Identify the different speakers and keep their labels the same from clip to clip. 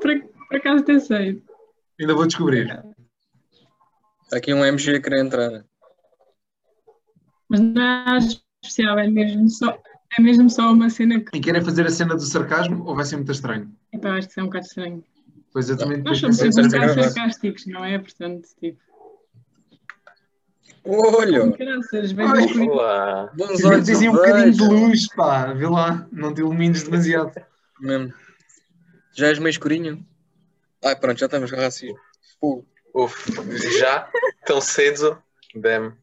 Speaker 1: Por, por acaso tem saído.
Speaker 2: Ainda vou descobrir.
Speaker 3: Está aqui um MG a querer entrar.
Speaker 1: Mas não é nada especial, é mesmo só, é mesmo só uma cena que.
Speaker 2: E querem fazer a cena do sarcasmo ou vai ser muito estranho?
Speaker 1: Epá, acho que isso é um bocado estranho.
Speaker 2: Pois eu também
Speaker 1: Nós somos
Speaker 2: depois pensei
Speaker 1: sempre um
Speaker 3: Vamos
Speaker 1: bocado
Speaker 3: gravar.
Speaker 1: sarcásticos, não é? Portanto, tipo.
Speaker 3: Olha!
Speaker 1: Caraças, bem
Speaker 2: Ai.
Speaker 1: concluído.
Speaker 4: Olá.
Speaker 3: Bons
Speaker 2: Mas
Speaker 3: olhos
Speaker 2: tens aí
Speaker 3: eu
Speaker 2: um bocadinho de
Speaker 3: vejo.
Speaker 2: luz, pá, vê lá, não te ilumines demasiado.
Speaker 3: Mesmo. Já és meio escurinho? Ai, pronto, já estamos com racismo. Fogo.
Speaker 4: Uf, já? Tão cedo? Damn.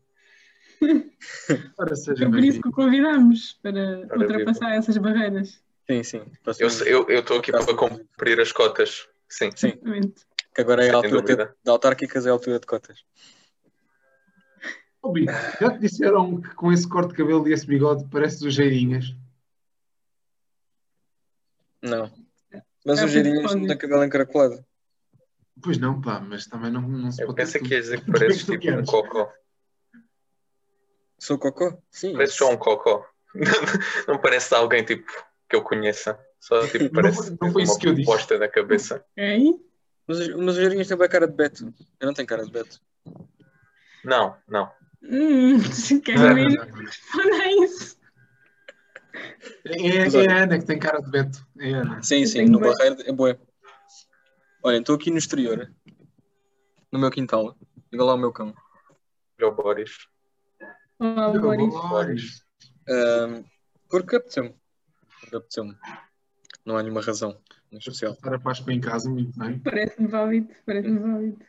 Speaker 2: Ora, seja
Speaker 1: Foi É por isso
Speaker 2: bem
Speaker 1: que o convidámos para
Speaker 4: Ora,
Speaker 1: ultrapassar essas barreiras.
Speaker 3: Sim, sim. Posso-
Speaker 4: Eu estou eu, eu tô
Speaker 2: Tá.
Speaker 4: aqui para cumprir as cotas. Sim.
Speaker 3: Sim.
Speaker 1: Exatamente.
Speaker 3: Que agora é a
Speaker 4: Sem
Speaker 3: altura
Speaker 4: dúvida.
Speaker 3: de, de autárquicas, é a altura de cotas.
Speaker 2: Já te disseram que com esse corte de cabelo e esse bigode pareces os Geirinhas?
Speaker 3: Não. Mas
Speaker 1: É
Speaker 3: o Geirinhas
Speaker 1: muito
Speaker 3: não tem cabelo encaracolado.
Speaker 2: Pois não, pá, mas também não, não se
Speaker 4: Eu
Speaker 2: pode...
Speaker 4: pensei
Speaker 2: ter
Speaker 4: que ia dizer que
Speaker 2: tudo.
Speaker 4: pareces
Speaker 2: O é
Speaker 4: tipo
Speaker 2: que tu
Speaker 4: um
Speaker 2: queres?
Speaker 4: cocó.
Speaker 3: Sou cocô? Sim.
Speaker 4: Pareces só um cocó. Não parece alguém tipo que eu conheça. Só tipo parece
Speaker 2: não foi
Speaker 4: tens
Speaker 2: isso que eu
Speaker 4: uma
Speaker 2: disse.
Speaker 4: posta na cabeça.
Speaker 1: Ok?
Speaker 3: Mas, os- mas o Geirinhas tem bem cara de Beto. Eu não tenho cara de Beto.
Speaker 4: Não, não.
Speaker 1: Hum, quero
Speaker 2: Não,
Speaker 1: ver
Speaker 2: não, não.
Speaker 1: responda a isso.
Speaker 2: É, é a Ana que tem cara de Beto. É a Ana.
Speaker 3: Sim,
Speaker 1: Eu
Speaker 3: sim.
Speaker 1: tenho
Speaker 3: No
Speaker 1: bué.
Speaker 3: barreiro é boé. Olha, estou aqui no exterior. No meu quintal. Olha lá o meu cão.
Speaker 4: Olha o Boris.
Speaker 1: Olá,
Speaker 2: Eu
Speaker 1: Boris.
Speaker 2: vou Boris.
Speaker 3: Ahm, porque apeteceu-me. Porque apeteceu-me. Não há nenhuma razão em especial.
Speaker 2: Para a Páscoa em casa, muito bem.
Speaker 1: Parece-me válido, parece-me válido.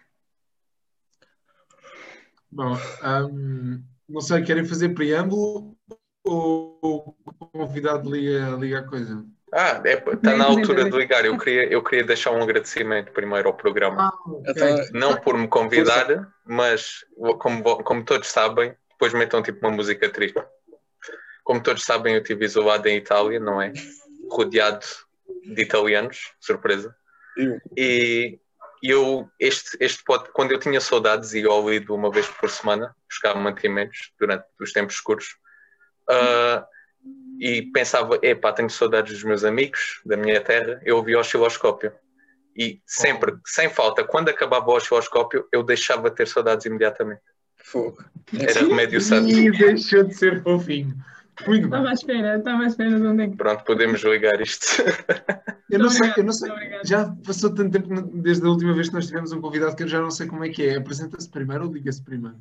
Speaker 2: Bom, ahm, não sei, querem fazer preâmbulo ou ou o convidado liga, liga a coisa?
Speaker 4: Ah, está
Speaker 1: Bem,
Speaker 4: na altura
Speaker 2: né?
Speaker 1: bem,
Speaker 4: de ligar. Eu queria, eu queria deixar um agradecimento primeiro ao programa.
Speaker 2: ok.
Speaker 3: Até,
Speaker 4: Não por me convidar, mas como, vo- como todos sabem, depois metam tipo uma música triste. Como todos sabem, eu estive isolado em Itália, não é? Rodeado de italianos, surpresa.
Speaker 3: Eu.
Speaker 4: E eu, este, este pod, quando eu tinha saudades e ouvido uma vez por semana, buscar mantimentos durante os tempos escuros, ah, e pensava, epá, tenho saudades dos meus amigos, da minha terra, eu ouvia o osciloscópio. E sempre,
Speaker 2: Uhum.
Speaker 4: sem falta, quando acabava o osciloscópio, eu deixava de ter saudades imediatamente.
Speaker 3: fogo.
Speaker 2: É
Speaker 4: Era remédio santo.
Speaker 2: E deixou de ser fofinho. Muito bem.
Speaker 1: Estava à espera, estava à espera de onde é que.
Speaker 4: Pronto, podemos ligar isto.
Speaker 2: Eu não sei,
Speaker 1: Obrigado,
Speaker 2: eu não sei.
Speaker 1: obrigado.
Speaker 2: Já passou tanto tempo desde a última vez que nós tivemos um convidado que eu já não sei como é que é. Apresenta-se primeiro ou liga-se primeiro?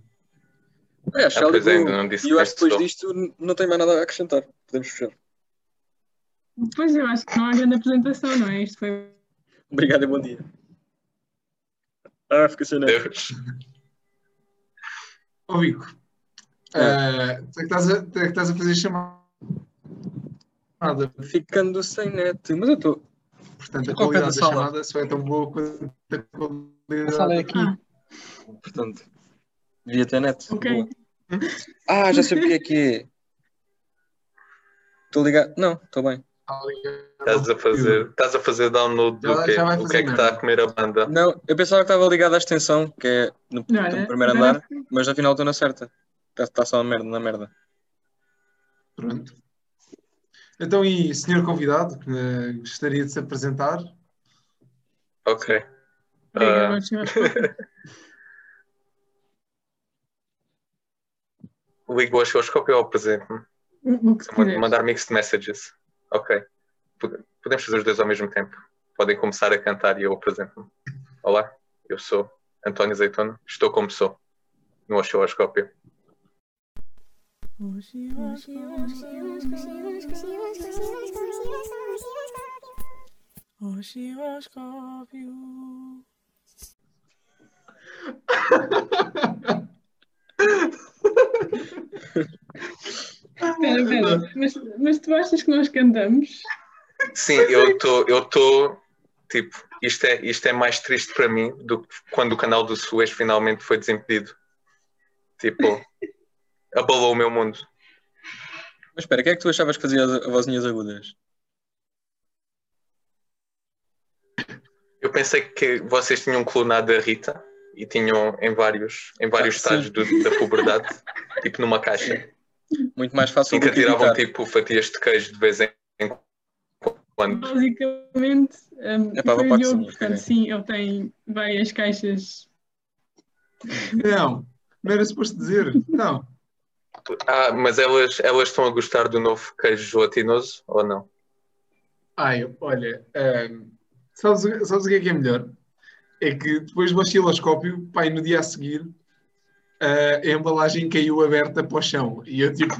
Speaker 3: É, acho que
Speaker 4: Ah, pois
Speaker 3: já ligou.
Speaker 4: ainda não disse
Speaker 3: E eu acho que
Speaker 4: quem
Speaker 3: depois
Speaker 4: sou.
Speaker 3: disto n- não tem mais nada a acrescentar. Podemos fechar.
Speaker 1: Pois eu acho que não há grande apresentação, não é? Isto foi.
Speaker 3: Obrigado e bom dia. Ah, fica sem nada.
Speaker 4: Deus.
Speaker 2: Ó Vico, ah, tu é que estás a- tu é que estás a fazer chamada.
Speaker 3: Ficando sem net. Mas eu estou.
Speaker 2: Portanto, a
Speaker 3: Qual que é a
Speaker 2: qualidade da
Speaker 3: sala?
Speaker 2: chamada só é tão boa quanto a
Speaker 3: A sala
Speaker 2: qualidade.
Speaker 3: é aqui.
Speaker 1: Ah.
Speaker 3: Portanto, devia ter net.
Speaker 1: Ok.
Speaker 3: Boa. Ah, já sei o que é que é. Estou ligado. Não, estou bem.
Speaker 4: Estás a fazer, estás a fazer download do
Speaker 2: Uhum. Já-
Speaker 4: quê?
Speaker 2: já vai
Speaker 4: O que
Speaker 2: fazer
Speaker 4: é que
Speaker 2: merda.
Speaker 4: está a comer a banda?
Speaker 3: Não, eu pensava que estava ligado à extensão, que é no,
Speaker 1: Não,
Speaker 3: no
Speaker 1: olha,
Speaker 3: primeiro
Speaker 1: agora-
Speaker 3: andar, mas afinal estou na certa. Está só na merda, na merda.
Speaker 2: Pronto. Então, e senhor convidado, que eh, gostaria de se apresentar?
Speaker 4: Ok.
Speaker 1: Obrigada,
Speaker 4: Ah.
Speaker 1: vamos chegar-
Speaker 4: Ligo o osciloscópio ou apresento-me?
Speaker 1: O o que se quiser.
Speaker 4: Mandar mixed messages. Ok. Pode- Podemos fazer os dois ao mesmo tempo. Podem começar a cantar e eu apresento-me. Olá, eu sou António Azeitona. Estou como sou. No osciloscópio.
Speaker 1: Espera, espera. Mas, mas tu achas que nós cantamos?
Speaker 4: Sim, eu estou. Eu estou. Tipo, isto é, isto é mais triste para mim do que quando o canal do Suez finalmente foi desimpedido. Tipo, abalou o meu mundo.
Speaker 3: Mas espera, quem é que tu achavas que fazia as as vozinhas agudas?
Speaker 4: Eu pensei que vocês tinham clonado a Rita e tinham em vários, em vários
Speaker 3: Ah,
Speaker 4: estágios do- da puberdade, tipo numa caixa,
Speaker 3: Muito mais fácil
Speaker 4: em que
Speaker 3: do que
Speaker 4: atiravam
Speaker 3: editar.
Speaker 4: tipo fatias de queijo de vez em quando.
Speaker 1: Basicamente, um,
Speaker 5: É pá, vou
Speaker 1: foi
Speaker 5: para
Speaker 1: o
Speaker 5: a
Speaker 1: Diogo,
Speaker 5: cozinha,
Speaker 1: portanto,
Speaker 5: ok.
Speaker 1: sim, ele tem várias caixas.
Speaker 2: Não, não era suposto dizer. Não.
Speaker 4: Ah, mas elas, elas estão a gostar do novo queijo gelatinoso ou não?
Speaker 2: Ai, olha, ahm, sabes, o- sabes o que é que é melhor? É que depois do osciloscópio, pai, no dia a seguir, ah, a embalagem caiu aberta para o chão. E eu, tipo,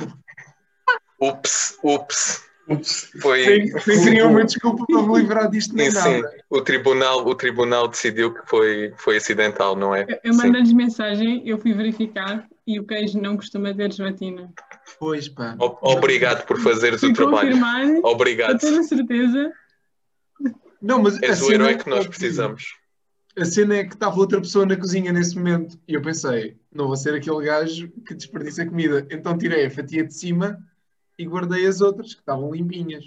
Speaker 4: Ups, ups.
Speaker 5: Ups.
Speaker 4: Foi.
Speaker 2: nem, nem seria uma desculpa para me livrar disto nem
Speaker 4: É. Sim, sim.
Speaker 2: nada.
Speaker 4: O tribunal, o tribunal decidiu que foi, foi acidental, não é?
Speaker 1: Eu, eu
Speaker 4: Sim.
Speaker 1: mandei-lhes mensagem, eu fui verificar e o queijo não costuma ter gelatina.
Speaker 2: Pois, pá.
Speaker 4: O- Obrigado por fazeres
Speaker 1: Fui
Speaker 4: é o trabalho.
Speaker 1: confirmar, com
Speaker 4: Obrigado.
Speaker 1: toda a certeza,
Speaker 2: Não, mas a
Speaker 4: És o
Speaker 2: cena-
Speaker 4: herói que nós precisamos.
Speaker 2: A cena é que estava outra pessoa na cozinha nesse momento e eu pensei, não vou ser aquele gajo que desperdiça a comida. Então tirei a fatia de cima e guardei as outras que estavam limpinhas.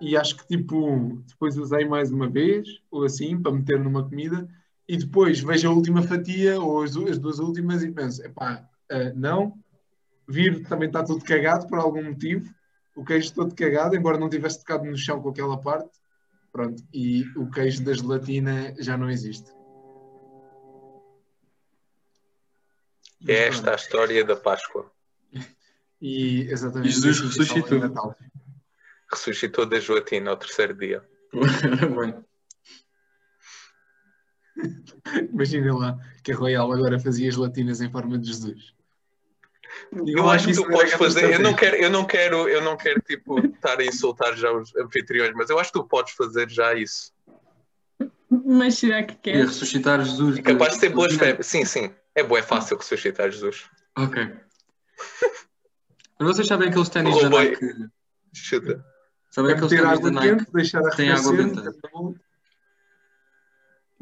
Speaker 2: E acho que tipo, depois usei mais uma vez ou assim para meter numa comida e depois vejo a última fatia ou as, du- as duas últimas e penso, epá, ah, não, vir também está tudo cagado por algum motivo, o queijo todo cagado, embora não tivesse tocado no chão com aquela parte. Pronto, e o queijo da gelatina já não existe.
Speaker 4: É
Speaker 2: Mas
Speaker 4: esta a
Speaker 2: pronto,
Speaker 4: história da Páscoa.
Speaker 2: E exatamente.
Speaker 5: Jesus
Speaker 2: isso,
Speaker 5: ressuscitou.
Speaker 2: é Natal.
Speaker 4: Ressuscitou da gelatina ao terceiro dia.
Speaker 5: Bem,
Speaker 2: Imagina lá que a Royal agora fazia gelatinas em forma de Jesus.
Speaker 4: Eu acho que tu podes fazer. Eu não é quero, eu não quero, eu não quero tipo estar a insultar já os anfitriões, mas eu acho que tu podes fazer já isso.
Speaker 1: mas será que
Speaker 5: ia
Speaker 1: quer?
Speaker 5: ressuscitar Jesus.
Speaker 4: É capaz de ser boas febres. Sim, sim. É boa, é fácil ressuscitar Jesus.
Speaker 5: Ok. Mas vocês sabem aqueles ténis de
Speaker 4: Roubei.
Speaker 5: andar que.
Speaker 4: Chuta.
Speaker 5: Sabem aqueles
Speaker 2: ter
Speaker 5: ténis
Speaker 2: água
Speaker 5: da Nike?
Speaker 2: quente, deixar a
Speaker 5: Tem água
Speaker 2: arrefecer,
Speaker 5: benta.
Speaker 2: tá bom.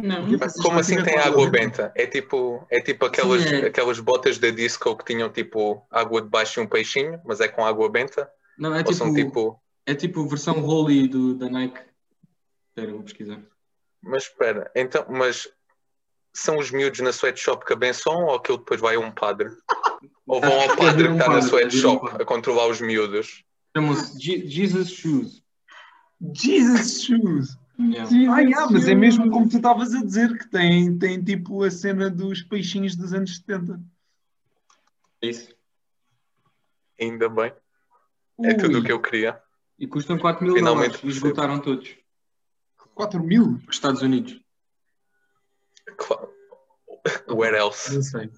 Speaker 1: Não.
Speaker 4: Mas como assim tem água benta? É tipo, é tipo aquelas,
Speaker 5: Sim, é.
Speaker 4: aquelas botas da disco que tinham tipo água de baixo e um peixinho, mas é com água benta?
Speaker 5: Não, é
Speaker 4: Ou são
Speaker 5: tipo,
Speaker 4: tipo.
Speaker 5: é tipo versão holy do, da Nike. Espera, vou pesquisar.
Speaker 4: Mas espera, então, mas são os miúdos na sweatshop que abençoam ou aquilo depois vai a um padre? Ou vão ao um padre que está na sweatshop a controlar os miúdos?
Speaker 5: Chamam-se Je- Jesus Shoes.
Speaker 2: Jesus Shoes!
Speaker 5: Yeah.
Speaker 1: Jesus,
Speaker 2: Ah, yeah, mas é mesmo
Speaker 1: Jesus.
Speaker 2: como tu estavas a dizer, que tem, tem tipo a cena dos peixinhos dos anos 70.
Speaker 5: É isso.
Speaker 4: Ainda bem, é tudo o que eu queria.
Speaker 5: E custam 4 mil
Speaker 4: Finalmente
Speaker 5: dólares. E
Speaker 4: percebo.
Speaker 5: esgotaram todos.
Speaker 2: 4 mil?
Speaker 5: Os Estados Unidos.
Speaker 4: Claro. Where else?
Speaker 2: Não sei.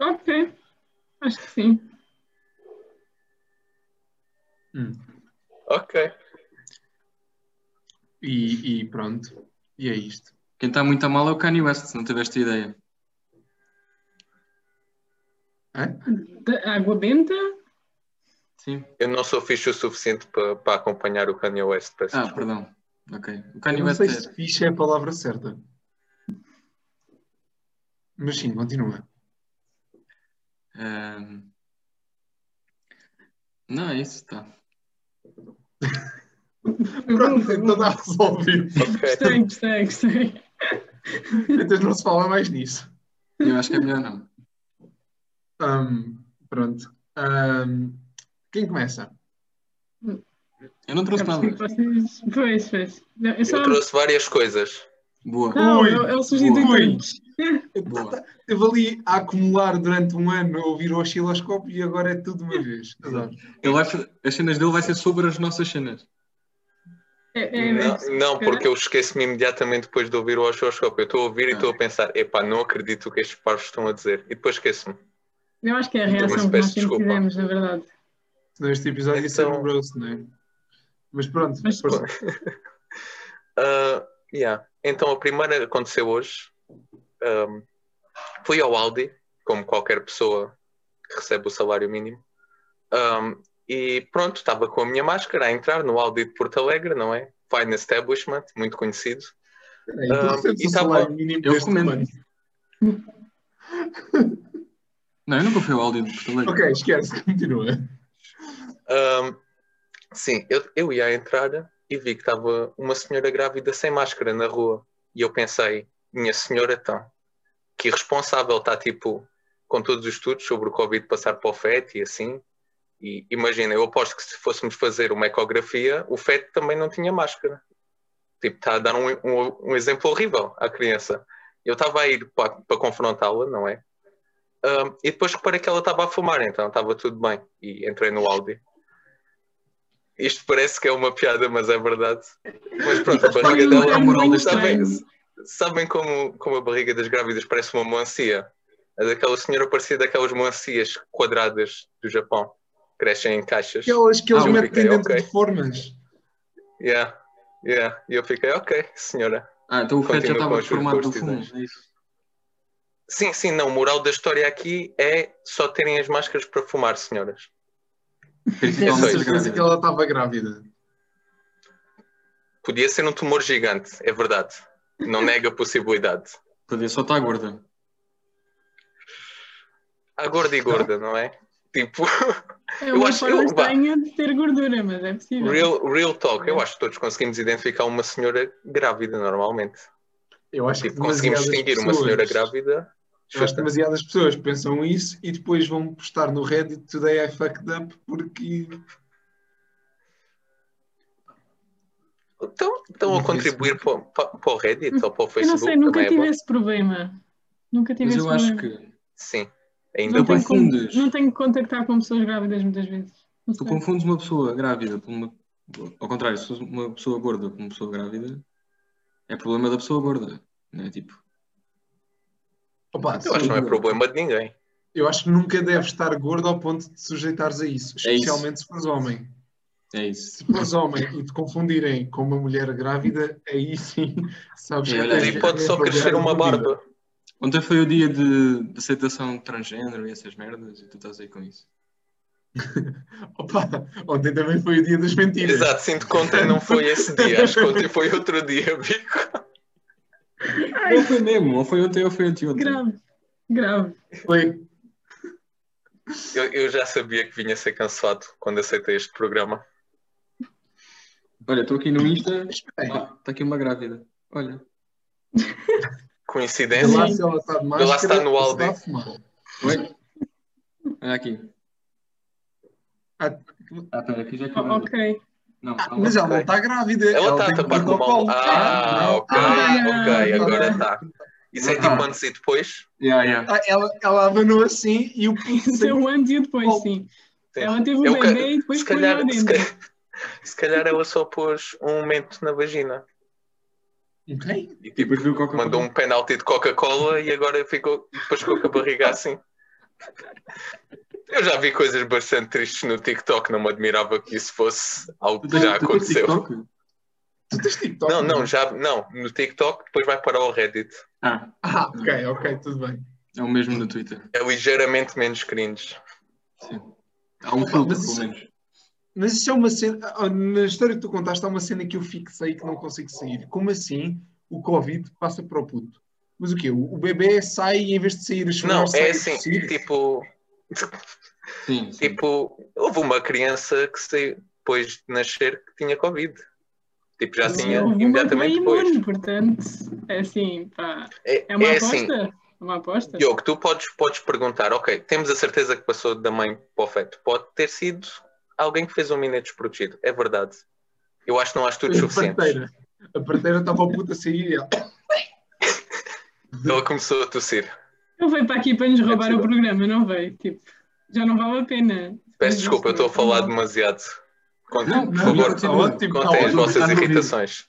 Speaker 1: Ok, acho que sim.
Speaker 2: Hum.
Speaker 4: Ok.
Speaker 2: E, e pronto. E é isto.
Speaker 5: Quem está muito a mal é o Kanye West, se não tiveste ideia.
Speaker 2: Hã?
Speaker 1: Da- água benta?
Speaker 5: Sim.
Speaker 4: Eu não sou fixe o suficiente para acompanhar o Kanye West. peço
Speaker 5: Ah,
Speaker 4: desculpa.
Speaker 5: perdão. Ok. O
Speaker 2: Eu
Speaker 5: Kanye
Speaker 2: não
Speaker 5: West
Speaker 2: sei
Speaker 5: é.
Speaker 2: se fixe é a palavra certa. Mas sim, continua.
Speaker 5: Ahm. é, Não, é isso, tá.
Speaker 2: Pronto, tem toda a resolver.
Speaker 4: Ok.
Speaker 1: Gostei, gostei, gostei.
Speaker 2: Então não se fala mais nisso.
Speaker 5: Eu acho que é melhor não.
Speaker 2: Ahm, pronto. Ahm, quem começa?
Speaker 5: Eu não trouxe
Speaker 1: Eu percebi
Speaker 5: nada.
Speaker 1: que vocês. Pois, pois. Não, eu só.
Speaker 4: Eu trouxe várias coisas.
Speaker 5: Boa.
Speaker 1: Não,
Speaker 2: Ui,
Speaker 1: eu, eu sugeri
Speaker 2: ui.
Speaker 1: todos.
Speaker 5: Boa.
Speaker 2: Esteve ali a acumular durante um ano a ouvir o osciloscópio e agora é tudo de uma vez. Adoro.
Speaker 5: Ele vai, fa- as cenas dele vai ser sobre as nossas cenas.
Speaker 1: É, é,
Speaker 5: né?
Speaker 4: Não,
Speaker 1: é.
Speaker 4: não, porque eu esqueço-me imediatamente depois de ouvir o osciloscópio. Eu estou a ouvir e
Speaker 5: Ah.
Speaker 4: estou a pensar, epá, não acredito o que estes parvos estão a dizer. E depois esqueço-me.
Speaker 1: Eu acho que é a
Speaker 4: Então, mas
Speaker 1: reação que
Speaker 4: peço
Speaker 1: nós sempre
Speaker 4: desculpa.
Speaker 1: tivemos, na verdade.
Speaker 2: Senão este episódio ia ser
Speaker 4: Então-
Speaker 2: um roast, não é? Mas pronto.
Speaker 1: Mas-
Speaker 2: força.
Speaker 4: Ah, yeah. Então a primeira que aconteceu hoje. ahm, fui ao Aldi, como qualquer pessoa que recebe o salário mínimo. Ahm, e pronto, estava com a minha máscara a entrar no Aldi de Porto Alegre, não é? Fine Establishment, muito conhecido.
Speaker 2: Peraí, tu
Speaker 4: Ah,
Speaker 2: recebes
Speaker 4: e
Speaker 2: o então um
Speaker 4: tá
Speaker 2: salário
Speaker 4: bom.
Speaker 2: mínimo
Speaker 5: Eu
Speaker 2: deste
Speaker 5: recomendo.
Speaker 2: ano.
Speaker 5: Não, eu nunca fui ao áudio de Porto Alegre.
Speaker 2: Ok, esquece, continua.
Speaker 4: Ahm, Ah, sim, eu, eu ia entrar e vi que estava uma senhora grávida sem máscara na rua. E eu pensei, minha senhora, então, que irresponsável está, tipo, com todos os estudos sobre o Covid passar para o feto e assim. E imagina, eu aposto que se fôssemos fazer uma ecografia, o feto também não tinha máscara. Tipo, está a dar um, um, um exemplo horrível à criança. Eu estava a ir para, para confrontá-la, não é? Um, e depois reparei que ela estava a fumar, então estava tudo bem. E entrei no Audi. Isto parece que é uma piada, mas é verdade. Mas pronto, a barriga dela é moral. Sabem, sabem como, como a barriga das grávidas parece uma melancia? A daquela senhora parecia daquelas melancias quadradas do Japão. Crescem em caixas.
Speaker 2: Aquelas que
Speaker 4: E
Speaker 2: eles
Speaker 4: eu
Speaker 2: metem
Speaker 4: fiquei,
Speaker 2: dentro
Speaker 4: ok.
Speaker 2: de formas.
Speaker 4: Yeah, yeah. E eu fiquei, ok, senhora.
Speaker 5: Ah, então o feto já
Speaker 4: Continua com
Speaker 5: estava
Speaker 4: as suas
Speaker 5: formado do fumo.
Speaker 4: curiosidades.
Speaker 5: É isso.
Speaker 4: Sim, sim, não. O moral da história aqui é só terem as máscaras para fumar, senhoras.
Speaker 2: Tenho
Speaker 4: Isso,
Speaker 2: a
Speaker 4: isso.
Speaker 2: certeza que ela estava grávida.
Speaker 4: Podia ser um tumor gigante, é verdade. Não nega a possibilidade.
Speaker 5: Podia só estar gorda.
Speaker 4: Há gorda e gorda, não é? Tipo,
Speaker 1: É
Speaker 4: Eu
Speaker 1: uma
Speaker 4: acho-
Speaker 1: forma
Speaker 4: eu- vá.
Speaker 1: estranha de ter gordura, mas é possível.
Speaker 4: real, real talk. Eu acho que todos conseguimos identificar uma senhora grávida normalmente.
Speaker 2: Eu acho que
Speaker 4: Tipo, conseguimos
Speaker 2: demasiadas
Speaker 4: distinguir uma
Speaker 2: pessoas- é?
Speaker 4: senhora grávida.
Speaker 2: Eu acho que demasiadas pessoas pensam isso e depois vão postar no Reddit Today I fucked up porque
Speaker 4: Estão, Então, estão a
Speaker 2: No
Speaker 4: contribuir para, para- para o Reddit ou para o
Speaker 1: Hum, Eu não
Speaker 4: Facebook
Speaker 1: sei, nunca
Speaker 4: também é
Speaker 1: tive
Speaker 4: bom.
Speaker 1: esse problema. Nunca tive
Speaker 5: Mas
Speaker 1: esse
Speaker 5: eu acho
Speaker 1: problema.
Speaker 5: que
Speaker 4: Sim,
Speaker 1: Não
Speaker 4: ainda
Speaker 5: Eu
Speaker 4: bem.
Speaker 1: tenho, como,
Speaker 5: confundes.
Speaker 1: não tenho que contactar com pessoas grávidas muitas vezes. Não
Speaker 5: tu
Speaker 1: sei.
Speaker 5: confundes uma pessoa grávida por uma. Ao contrário, se fosse uma pessoa gorda com uma pessoa grávida, é problema da pessoa gorda. Não é tipo.
Speaker 2: Opa,
Speaker 4: Eu acho que não é
Speaker 5: Sim.
Speaker 4: problema de ninguém.
Speaker 2: eu acho que nunca deves estar gordo ao ponto de te sujeitares a isso,
Speaker 5: É isso.
Speaker 2: especialmente se fores homem.
Speaker 5: É isso.
Speaker 2: Se fores homem e te confundirem com uma mulher grávida, aí sim sabes
Speaker 5: É,
Speaker 2: que
Speaker 5: olha,
Speaker 2: tens
Speaker 5: aí
Speaker 4: E
Speaker 2: de
Speaker 4: pode só
Speaker 2: trabalhar
Speaker 4: crescer
Speaker 2: na
Speaker 4: uma
Speaker 2: vida.
Speaker 4: barba.
Speaker 5: Ontem foi o dia de, de aceitação de transgénero e essas merdas e tu estás aí com isso.
Speaker 2: Opa, ontem também foi o dia das mentiras.
Speaker 4: Exato, sinto que ontem não foi esse dia, acho que ontem foi outro dia, Bico.
Speaker 5: Não foi mesmo, ou foi ontem ou foi anteontem.
Speaker 1: Grave, grave.
Speaker 2: Foi.
Speaker 4: Eu, eu já sabia que vinha a ser cancelado quando aceitei este programa.
Speaker 5: Olha, estou aqui no Insta,
Speaker 2: Espera aí,
Speaker 5: está aqui uma grávida. Olha,
Speaker 2: vê
Speaker 4: Coincidência?
Speaker 2: lá se ela está de
Speaker 4: Vê lá se É assim. está
Speaker 2: máscara
Speaker 4: no
Speaker 2: ou se
Speaker 4: Aldi.
Speaker 2: está a fumar.
Speaker 5: olha. Olha aqui.
Speaker 2: Ah,
Speaker 5: Ah, pera, aqui já
Speaker 1: Oh,
Speaker 5: acabou.
Speaker 1: ok.
Speaker 5: Não, tá
Speaker 2: Ah, mas ela não está grávida.
Speaker 4: Ela está
Speaker 2: tem
Speaker 4: a tapar com o mal.
Speaker 2: protocolo.
Speaker 4: Ah,
Speaker 2: Não.
Speaker 4: ok,
Speaker 1: Ah,
Speaker 4: ok,
Speaker 2: não.
Speaker 4: agora está. Isso é tipo
Speaker 5: Ah.
Speaker 4: antes e depois?
Speaker 5: Yeah, yeah.
Speaker 2: Ah, ela, ela abanou assim e o puto
Speaker 1: Isso é
Speaker 2: saiu.
Speaker 1: um antes e depois,
Speaker 2: Oh.
Speaker 1: sim.
Speaker 4: Sim.
Speaker 1: Ela teve um
Speaker 4: Eu ca-
Speaker 1: bebê e depois
Speaker 4: se,
Speaker 1: foi
Speaker 4: calhar,
Speaker 1: lá
Speaker 4: se,
Speaker 1: dentro.
Speaker 4: calhar, se calhar ela só pôs um mento na vagina.
Speaker 2: Ok?
Speaker 4: E
Speaker 5: E
Speaker 4: tipo,
Speaker 5: depois viu qualquer
Speaker 4: mandou um penalti de Coca-Cola e agora ficou, depois ficou com a barriga assim. Eu já vi coisas bastante tristes no TikTok, não me admirava que isso fosse algo que já aconteceu.
Speaker 2: Tu tens TikTok?
Speaker 4: Não, não, já não. No TikTok depois vai para o Reddit.
Speaker 5: Ah,
Speaker 2: Ah, ok, ok, tudo bem.
Speaker 5: é o mesmo no Twitter.
Speaker 4: É ligeiramente menos cringe.
Speaker 5: Sim. Há um
Speaker 2: Opa,
Speaker 5: filtro,
Speaker 2: mas
Speaker 5: pelo
Speaker 2: isso-
Speaker 5: menos.
Speaker 2: Mas isso é uma cena. ah, Na história que tu contaste, há uma cena que eu fixei que não consigo sair. Como assim o Covid passa para o puto? Mas o quê? O o bebê sai e em vez de sair a chorar,
Speaker 4: Não,
Speaker 2: sai
Speaker 4: é
Speaker 2: a
Speaker 4: assim,
Speaker 2: tossir?
Speaker 4: tipo,
Speaker 5: Sim, sim.
Speaker 4: tipo, houve uma criança que saiu depois de nascer que tinha Covid. Tipo, já
Speaker 1: Sim,
Speaker 4: tinha
Speaker 1: houve uma
Speaker 4: imediatamente
Speaker 1: que foi
Speaker 4: depois.
Speaker 1: imune, portanto, é assim, pá.
Speaker 4: É,
Speaker 1: É uma
Speaker 4: é assim,
Speaker 1: aposta? É uma aposta?
Speaker 4: Diogo, tu podes, podes perguntar, ok, temos a certeza que passou da mãe para o feto. Pode ter sido alguém que fez um menino desprotegido, é verdade. Eu acho que não há estudos
Speaker 2: A
Speaker 4: suficientes.
Speaker 2: parteira. A parteira estava ao puto a sair e ela.
Speaker 4: Ela começou a tossir.
Speaker 1: Ele veio para aqui para nos roubar o
Speaker 4: possível.
Speaker 1: programa, não veio? Tipo, já não vale a pena.
Speaker 4: Peço desculpa, eu estou a falar demasiado. Contem,
Speaker 5: Não,
Speaker 4: por
Speaker 5: não,
Speaker 4: favor,
Speaker 2: está
Speaker 5: continua.
Speaker 2: ótimo, está
Speaker 4: contem as
Speaker 2: ótimo.
Speaker 4: vossas
Speaker 5: Está no
Speaker 4: irritações.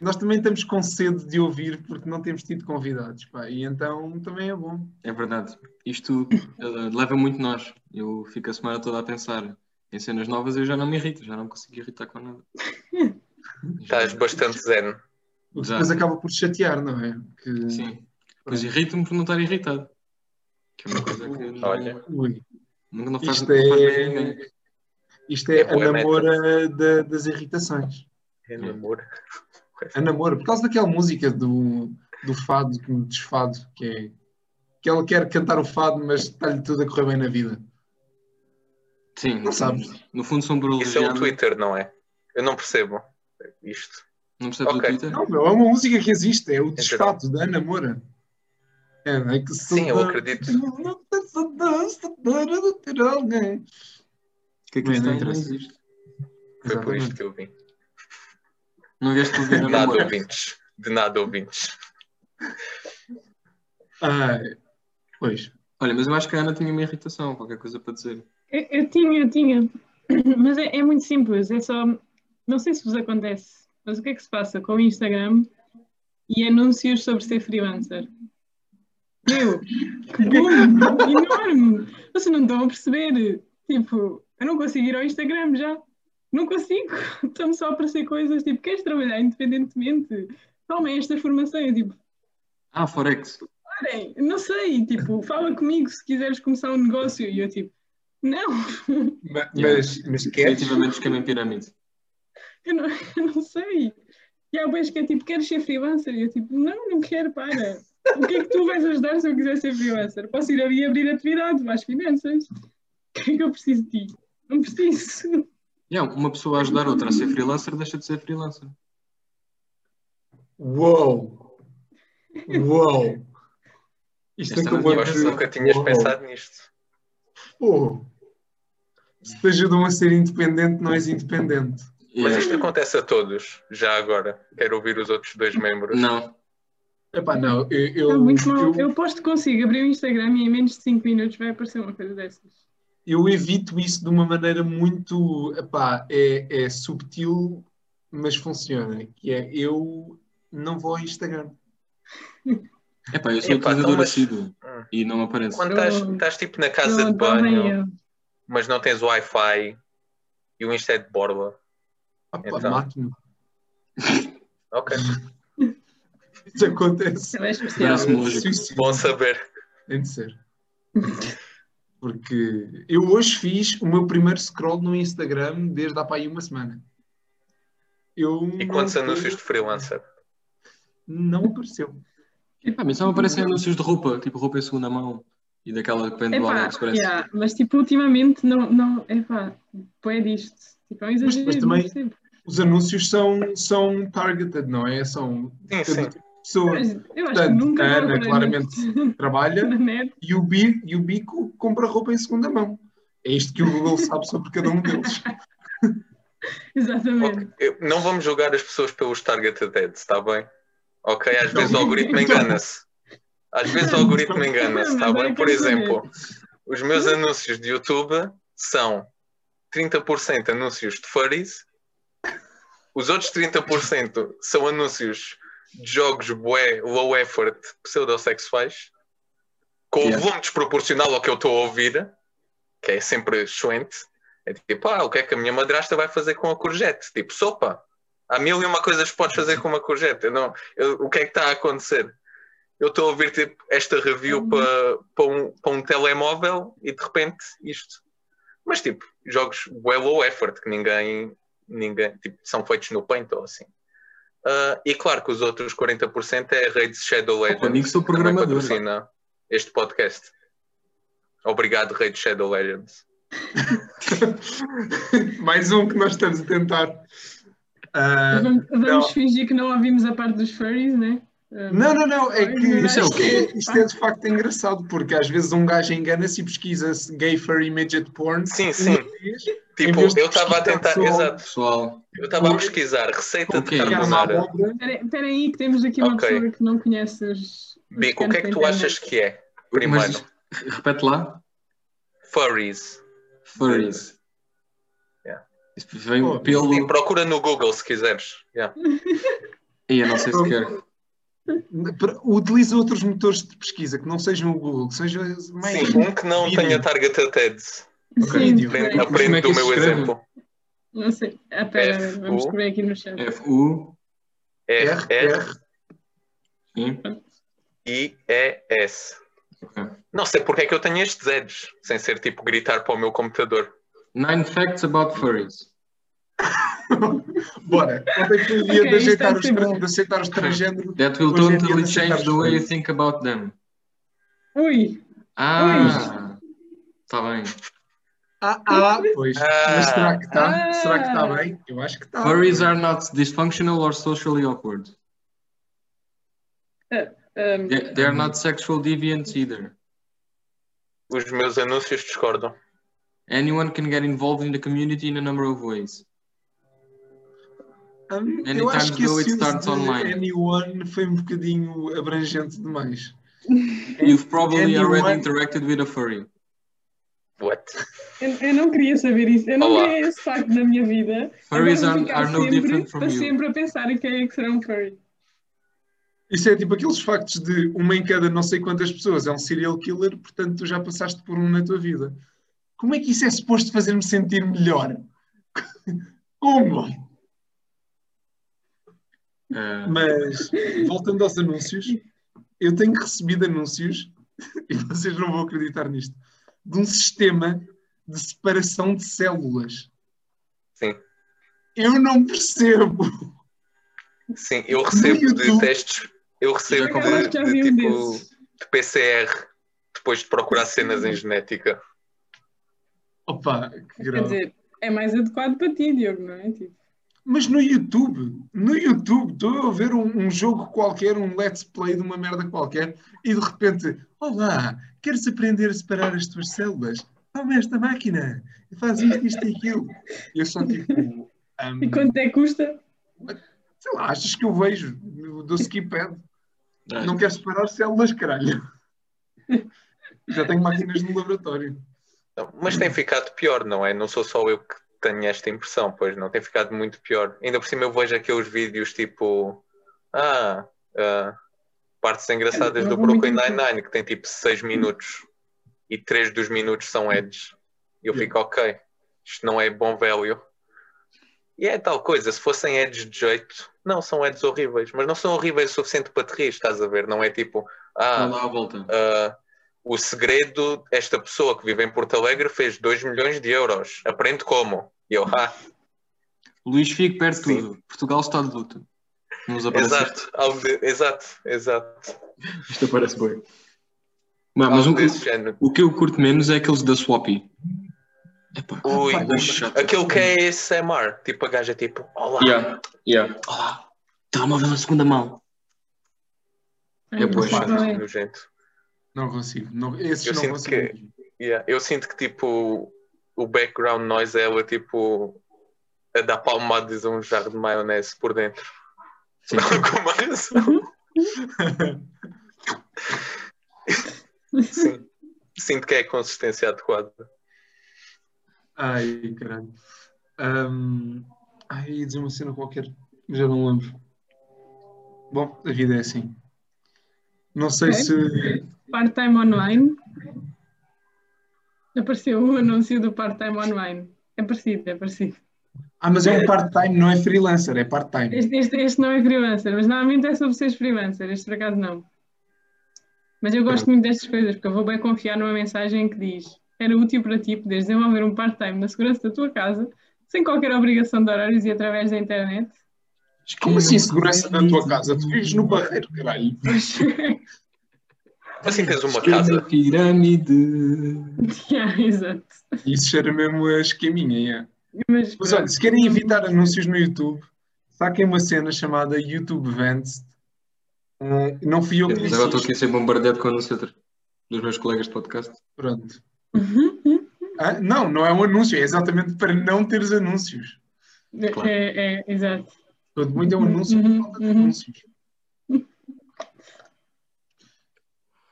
Speaker 2: Nós também estamos com sede de ouvir porque não temos tido convidados, pá. E então também é bom.
Speaker 5: É verdade. Isto eh, leva muito nós. Eu fico a semana toda a pensar em cenas novas e eu já não me irrito, já não me consigo irritar com nada.
Speaker 4: Tá,
Speaker 5: Já-
Speaker 4: Estás bastante zen.
Speaker 2: O que
Speaker 5: Já.
Speaker 2: depois acaba por chatear, não é? Que...
Speaker 5: Sim. Mas irrito-me por não estar irritado. Que é uma coisa que não-
Speaker 4: Olha.
Speaker 2: Ui,
Speaker 5: nunca não faz,
Speaker 2: isto
Speaker 5: não faz bem a
Speaker 2: é.
Speaker 5: ninguém.
Speaker 2: Isto é,
Speaker 4: É boa
Speaker 2: a namora da- das irritações.
Speaker 4: É namoro.
Speaker 2: A É namoro, por causa daquela música do, do fado, que me desfado, que é que ela quer cantar o fado, mas está-lhe tudo a correr bem na vida.
Speaker 5: Sim,
Speaker 2: Não sabes.
Speaker 5: No fundo um são por
Speaker 4: Isso é o
Speaker 5: elogiar,
Speaker 4: Twitter, não é? Eu não percebo isto.
Speaker 5: Não percebes
Speaker 4: Ok.
Speaker 5: o Twitter?
Speaker 2: Não, meu, é uma música que existe, é o
Speaker 4: geral.
Speaker 2: desfado da Ana Moura. É, é que
Speaker 4: Sim, eu acredito.
Speaker 2: Ter alguém.
Speaker 5: que aqui
Speaker 2: Bem,
Speaker 5: está
Speaker 2: não
Speaker 5: e não
Speaker 2: interessa.
Speaker 5: existe.
Speaker 4: Foi por isto
Speaker 2: Exatamente.
Speaker 4: que eu vim.
Speaker 5: Não vieste o
Speaker 4: De nada
Speaker 5: namoro.
Speaker 4: ouvintes. De nada ouvintes.
Speaker 2: Ai, Ah, pois.
Speaker 5: Olha, mas eu acho que a Ana tinha uma irritação, qualquer coisa para dizer.
Speaker 1: Eu, eu tinha, eu tinha. Mas é, é muito simples, é só. Não sei se vos acontece, mas o que é que se passa com o Instagram e anúncios sobre ser freelancer? Meu, que boom! enorme! Vocês não estão a perceber. Tipo, eu não consigo ir ao Instagram já. Não consigo. Estão-me só a aparecer coisas tipo, queres trabalhar independentemente? Toma esta formação. Eu tipo,
Speaker 5: Ah, Forex.
Speaker 1: Olhem, não sei, tipo, fala comigo se quiseres começar um negócio. E eu tipo, não,
Speaker 2: Ma- Mas,
Speaker 5: Yeah.
Speaker 2: mas queres?
Speaker 5: Definitivamente esquema em pirâmide.
Speaker 1: eu não, eu não sei. E há vezes que é tipo, queres ser freelancer? E eu tipo, não, não quero, para. O que é que tu vais ajudar se eu quiser ser freelancer? Posso ir ali abrir atividade, mais finanças. O que é que eu preciso de ti? Não preciso.
Speaker 5: Yeah, uma pessoa a ajudar outra a ser freelancer deixa de ser freelancer.
Speaker 2: Uou! Uou! Isto
Speaker 5: Esta
Speaker 2: nunca
Speaker 5: não
Speaker 2: vou
Speaker 4: Eu
Speaker 5: Pode
Speaker 4: acho que
Speaker 5: ser.
Speaker 4: nunca tinhas
Speaker 2: Uou.
Speaker 4: pensado nisto.
Speaker 2: Pô, Oh. se te ajudam a ser independente, não és independente.
Speaker 4: Mas
Speaker 5: Yeah.
Speaker 4: isto acontece a todos, já agora. Quero ouvir os outros dois membros.
Speaker 5: Não.
Speaker 2: Epá, não, eu. eu,
Speaker 1: Está Tá muito mal.
Speaker 2: eu-
Speaker 1: Eu aposto que consigo abrir o Instagram e em menos de 5 minutos vai aparecer uma coisa dessas.
Speaker 2: eu evito isso de uma maneira muito. Epá, é, é subtil, mas funciona. Que é eu não vou ao Instagram.
Speaker 5: Epá, eu sou
Speaker 4: Epá,
Speaker 5: utilizador
Speaker 4: então, mas-
Speaker 5: assíduo
Speaker 4: Hum.
Speaker 5: e não me aparece.
Speaker 4: Quando
Speaker 1: Eu-
Speaker 4: estás, estás, tipo na casa
Speaker 1: Eu
Speaker 4: de banho,
Speaker 1: adorei,
Speaker 4: mas não tens Wi-Fi e o Insta é de borla.
Speaker 2: Epá,
Speaker 4: Então.
Speaker 2: mato-me.
Speaker 4: Ok.
Speaker 2: Isso acontece.
Speaker 1: eu acho especial.
Speaker 5: Parece-me lógico.
Speaker 2: Suicídio.
Speaker 4: Bom saber.
Speaker 2: Tem de ser. Porque eu hoje fiz o meu primeiro scroll no Instagram desde há para aí uma semana. Eu
Speaker 4: E quantos
Speaker 2: não-
Speaker 4: anúncios de freelancer?
Speaker 2: Não apareceu.
Speaker 5: Epá, mas só me aparecem anúncios de roupa, tipo roupa em segunda mão e daquela que vende do
Speaker 1: Epá,
Speaker 5: AliExpress.
Speaker 1: yeah, mas tipo, ultimamente não, não, epá, é disto. Tipo, é um exagero, tipo,
Speaker 2: mas
Speaker 1: não
Speaker 2: também-
Speaker 1: percebo.
Speaker 2: Os anúncios são, são targeted, não é? São
Speaker 4: Sim,
Speaker 2: todo
Speaker 4: sim.
Speaker 2: tipo de pessoa
Speaker 1: Mas eu acho que
Speaker 2: Portanto,
Speaker 1: nunca
Speaker 2: a
Speaker 1: vou
Speaker 2: Ana
Speaker 1: parar
Speaker 2: claramente
Speaker 1: nisto.
Speaker 2: que trabalha
Speaker 1: na net.
Speaker 2: e o, bi, e o bico compra roupa em segunda mão. É isto que o Google sabe sobre cada um deles.
Speaker 1: Exatamente.
Speaker 4: Ok, eu- Não vamos julgar as pessoas pelos targeted ads, está bem? Ok? Às vezes o
Speaker 2: Então-
Speaker 4: algoritmo engana-se. Às vezes o algoritmo engana-se, está
Speaker 1: Mas é
Speaker 4: bem?
Speaker 1: que
Speaker 4: Por
Speaker 1: eu
Speaker 4: exemplo, os meus anúncios de YouTube são 30% anúncios de furries, os outros 30% são anúncios de jogos bué, low effort, pseudossexuais, com o
Speaker 5: Yeah.
Speaker 4: volume desproporcional ao que eu estou a ouvir, que é sempre excelente. É tipo, ah, o que é que a minha madrasta vai fazer com a courgette? Tipo, sopa. Há mil e uma coisas que podes fazer com uma courgette. Eu não, eu- o que é que está a acontecer? Eu estou a ouvir tipo, esta review para para um, para um telemóvel e de repente isto. Mas tipo, jogos well low effort que ninguém, ninguém tipo, são feitos no Paint ou assim. Ah, e claro que os outros 40% é Raids Shadow
Speaker 5: Opa, amigo,
Speaker 4: Legends.
Speaker 5: sou
Speaker 4: que também
Speaker 5: programador.
Speaker 4: patrocina este podcast. Obrigado, Raids Shadow Legends.
Speaker 2: Mais um que nós estamos a tentar. Ah,
Speaker 1: Vamos, vamos
Speaker 2: não.
Speaker 1: fingir que não ouvimos a parte dos furries, né? Ah,
Speaker 2: Não, não, não, é que
Speaker 1: Isso
Speaker 2: isto
Speaker 1: é o
Speaker 2: é,
Speaker 1: quê?
Speaker 2: isto é de facto engraçado, porque às vezes um gajo engana-se e pesquisa-se gay furry midget porn.
Speaker 4: Sim, sim.
Speaker 2: Em vez- em
Speaker 4: Tipo,
Speaker 2: vez de
Speaker 4: eu estava a
Speaker 2: pesquisar
Speaker 4: tentar,
Speaker 2: só
Speaker 4: exato,
Speaker 5: Pessoal,
Speaker 4: eu estava a
Speaker 2: Oi.
Speaker 4: pesquisar receita
Speaker 5: Ok.
Speaker 4: de
Speaker 2: que era uma
Speaker 4: carbonara.
Speaker 2: abóbora,
Speaker 1: Espera espera aí, que temos aqui uma
Speaker 4: Ok.
Speaker 1: pessoa que não conhece os. os
Speaker 4: Bico, o que é que tu
Speaker 1: cantos da
Speaker 4: achas
Speaker 1: internet.
Speaker 4: que é?
Speaker 5: mas
Speaker 4: Primeiro,
Speaker 5: repete lá.
Speaker 4: furries.
Speaker 5: Furries.
Speaker 4: Yeah.
Speaker 5: Isso vem
Speaker 2: Oh.
Speaker 5: pelo.
Speaker 4: E procura no Google se quiseres. Yeah.
Speaker 5: Ih, eu não sei se quero.
Speaker 2: pra- Utiliza outros motores de pesquisa que não sejam o Google, que sejam mais.
Speaker 4: Sim, um que não
Speaker 2: Vídeo.
Speaker 4: tenha targeted ads.
Speaker 2: Ok.
Speaker 1: Sim,
Speaker 2: Vídeo.
Speaker 1: espera aí.
Speaker 4: Aprende,
Speaker 5: Como é que
Speaker 4: aprende do
Speaker 5: isso se
Speaker 4: meu
Speaker 5: escreve?
Speaker 4: exemplo.
Speaker 1: Não sei. Ah, pera,
Speaker 4: F,
Speaker 1: vamos
Speaker 4: U.
Speaker 1: escrever aqui no chat.
Speaker 5: F-U.
Speaker 4: R,
Speaker 2: R,
Speaker 4: R,
Speaker 2: R.
Speaker 5: Sim.
Speaker 4: I, E, S.
Speaker 5: Ok.
Speaker 4: Não sei porque é que eu tenho estes ads, sem ser tipo gritar para o meu computador.
Speaker 5: Nine facts about furries.
Speaker 2: Bora. Ontem foi o dia
Speaker 1: Ok,
Speaker 2: de,
Speaker 1: isto é
Speaker 2: aceitar
Speaker 1: vai
Speaker 2: os
Speaker 1: ser
Speaker 2: tra-
Speaker 1: bom.
Speaker 2: de aceitar os transgêneros.
Speaker 5: That will
Speaker 2: Hoje em dia
Speaker 5: totally
Speaker 2: não sei
Speaker 5: change
Speaker 2: se
Speaker 5: the way you
Speaker 2: sabes.
Speaker 5: think about them.
Speaker 1: Ui,
Speaker 5: Ah! Está bem.
Speaker 2: Ah, ah, pois.
Speaker 4: Ah.
Speaker 2: Mas será que está?
Speaker 1: Ah.
Speaker 2: Será que está bem? Eu acho que tá. está.
Speaker 5: Furries are not dysfunctional or socially awkward.
Speaker 1: ahm,
Speaker 5: They, they are not sexual deviants either.
Speaker 4: Os meus anúncios discordam.
Speaker 5: Anyone can get involved in the community in a number of ways.
Speaker 2: Hum,
Speaker 5: Many
Speaker 2: eu acho
Speaker 5: times
Speaker 2: que
Speaker 5: though
Speaker 2: esse
Speaker 5: it
Speaker 2: uso
Speaker 5: starts
Speaker 2: de
Speaker 5: online.
Speaker 2: anyone foi um bocadinho abrangente demais.
Speaker 5: You've probably already
Speaker 2: Anyone-
Speaker 5: interacted with a furry.
Speaker 4: What?
Speaker 1: Eu, eu não queria saber isso. Eu não
Speaker 4: Olá.
Speaker 1: queria esse facto na minha vida. Agora
Speaker 5: Furries
Speaker 1: vou
Speaker 5: are,
Speaker 1: ficar
Speaker 5: are no
Speaker 1: sempre,
Speaker 5: different from
Speaker 1: para
Speaker 5: you.
Speaker 1: sempre a pensar em quem é que será um furry.
Speaker 2: Isso é tipo aqueles factos de uma em cada não sei quantas pessoas é um serial killer, portanto tu já passaste por um na tua vida. Como é que isso é suposto fazer-me sentir melhor? Como?
Speaker 5: Uh,
Speaker 2: Mas, voltando aos anúncios, eu tenho recebido anúncios, e vocês não vão acreditar nisto, de um sistema de separação de células.
Speaker 4: Sim.
Speaker 2: Eu não percebo.
Speaker 4: Sim, eu recebo de
Speaker 2: YouTube.
Speaker 4: testes, eu recebo
Speaker 1: Por acaso
Speaker 4: de,
Speaker 1: já
Speaker 4: de
Speaker 1: vi um
Speaker 4: tipo
Speaker 1: desses.
Speaker 4: de PCR depois de procurar cenas em genética.
Speaker 2: Opa, que
Speaker 1: Quer
Speaker 2: grave.
Speaker 1: dizer, é mais adequado para ti, Diogo, não é? Tipo,
Speaker 2: Mas no YouTube, no YouTube, estou a ver um, um jogo qualquer, um let's play de uma merda qualquer, e de repente, olá, queres aprender a separar as tuas células? Toma esta máquina, faz isto, isto e aquilo. E Eu só tipo, um,
Speaker 1: e quanto é que custa?
Speaker 2: sei lá, achas que eu vejo, eu dou skip ad,
Speaker 5: uh,
Speaker 2: não quero separar células, caralho. Já tenho máquinas no laboratório.
Speaker 4: Não, Mas tem ficado pior, não é? Não sou só eu que tenho esta impressão, pois não, tem ficado muito pior. Ainda por cima eu vejo aqueles vídeos tipo. Ah, ah, partes engraçadas
Speaker 1: Eu
Speaker 4: do
Speaker 1: vou muito
Speaker 4: Brooklyn
Speaker 1: em-
Speaker 4: Nine-Nine, que tem tipo 6 minutos e 3 dos minutos são edges. E eu
Speaker 2: Yeah.
Speaker 4: fico, ok, isto não é bom value. E é tal coisa, se fossem edges de jeito, não, são edges horríveis, mas não são horríveis o suficiente para te rir, estás a ver? Não é tipo, ah,
Speaker 5: lá à volta.
Speaker 4: Uh, o segredo, esta pessoa que vive em Porto Alegre fez 2 milhões de euros. Aprende como. E eu, ah,
Speaker 5: Luís Figo perde
Speaker 4: Sim.
Speaker 5: tudo. Portugal está de luto. Não nos aparece
Speaker 4: exato, algo de- exato, exato.
Speaker 5: isto. Isto aparece bem. Mas, Ah, mas um
Speaker 4: algo
Speaker 5: o,
Speaker 4: desse género.
Speaker 5: o que eu curto menos é aqueles da Swappy. Epá,
Speaker 4: Ui,
Speaker 5: pá, é chato.
Speaker 4: Aquele que é ASMR, tipo a gaja é tipo, olá.
Speaker 5: Yeah, yeah. Olá, telemóvel na segunda mão. É, pois.
Speaker 4: Pá,
Speaker 1: Não é.
Speaker 4: nojento.
Speaker 2: Não consigo, não, esses
Speaker 4: Eu
Speaker 2: não
Speaker 4: sinto
Speaker 2: consigo.
Speaker 4: que-
Speaker 2: mesmo.
Speaker 4: Yeah, Eu sinto que tipo o background noise é ela tipo a dar palmadas a um jarro de maionese por dentro.
Speaker 5: Sim.
Speaker 4: Com uma razão. Sim. Sinto que é a consistência adequada.
Speaker 2: Ai, caralho. Ahm, ai, ia dizer uma cena qualquer, já não lembro. Bom, a vida é assim. Não sei
Speaker 1: Ok.
Speaker 2: se.
Speaker 1: Part-time online. Apareceu o anúncio do part-time online. É parecido, é parecido.
Speaker 2: Ah, mas é um part-time, não é freelancer, é part-time.
Speaker 1: Este, este- este não é freelancer, mas normalmente é sobre seres freelancer. Este por acaso não. Mas eu gosto muito destas coisas, porque eu vou bem confiar numa mensagem que diz era útil para ti poderes desenvolver um part-time na segurança da tua casa, sem qualquer obrigação de horários e através da internet.
Speaker 2: Como assim segurança na tua casa? Tu vives no barreiro, caralho.
Speaker 4: Assim tens uma
Speaker 5: Esquerda
Speaker 4: casa.
Speaker 5: pirâmide.
Speaker 1: yeah, exato.
Speaker 2: Isso cheira mesmo a esqueminha, yeah.
Speaker 1: Mas,
Speaker 2: Mas olha, se querem evitar anúncios no YouTube, saquem uma cena chamada YouTube Vents. Hum, não fui eu que
Speaker 5: Mas
Speaker 2: disse
Speaker 5: agora estou
Speaker 2: isto.
Speaker 5: aqui a ser bombardeado com o anúncio outra- dos meus colegas de podcast.
Speaker 2: Pronto.
Speaker 1: Uhum.
Speaker 2: Ah, não, não é um anúncio, é exatamente para não teres anúncios.
Speaker 5: Claro.
Speaker 1: É, é, exato.
Speaker 2: Todo mundo é um anúncio
Speaker 1: Uhum,
Speaker 2: falta de
Speaker 1: uhum.
Speaker 2: anúncios.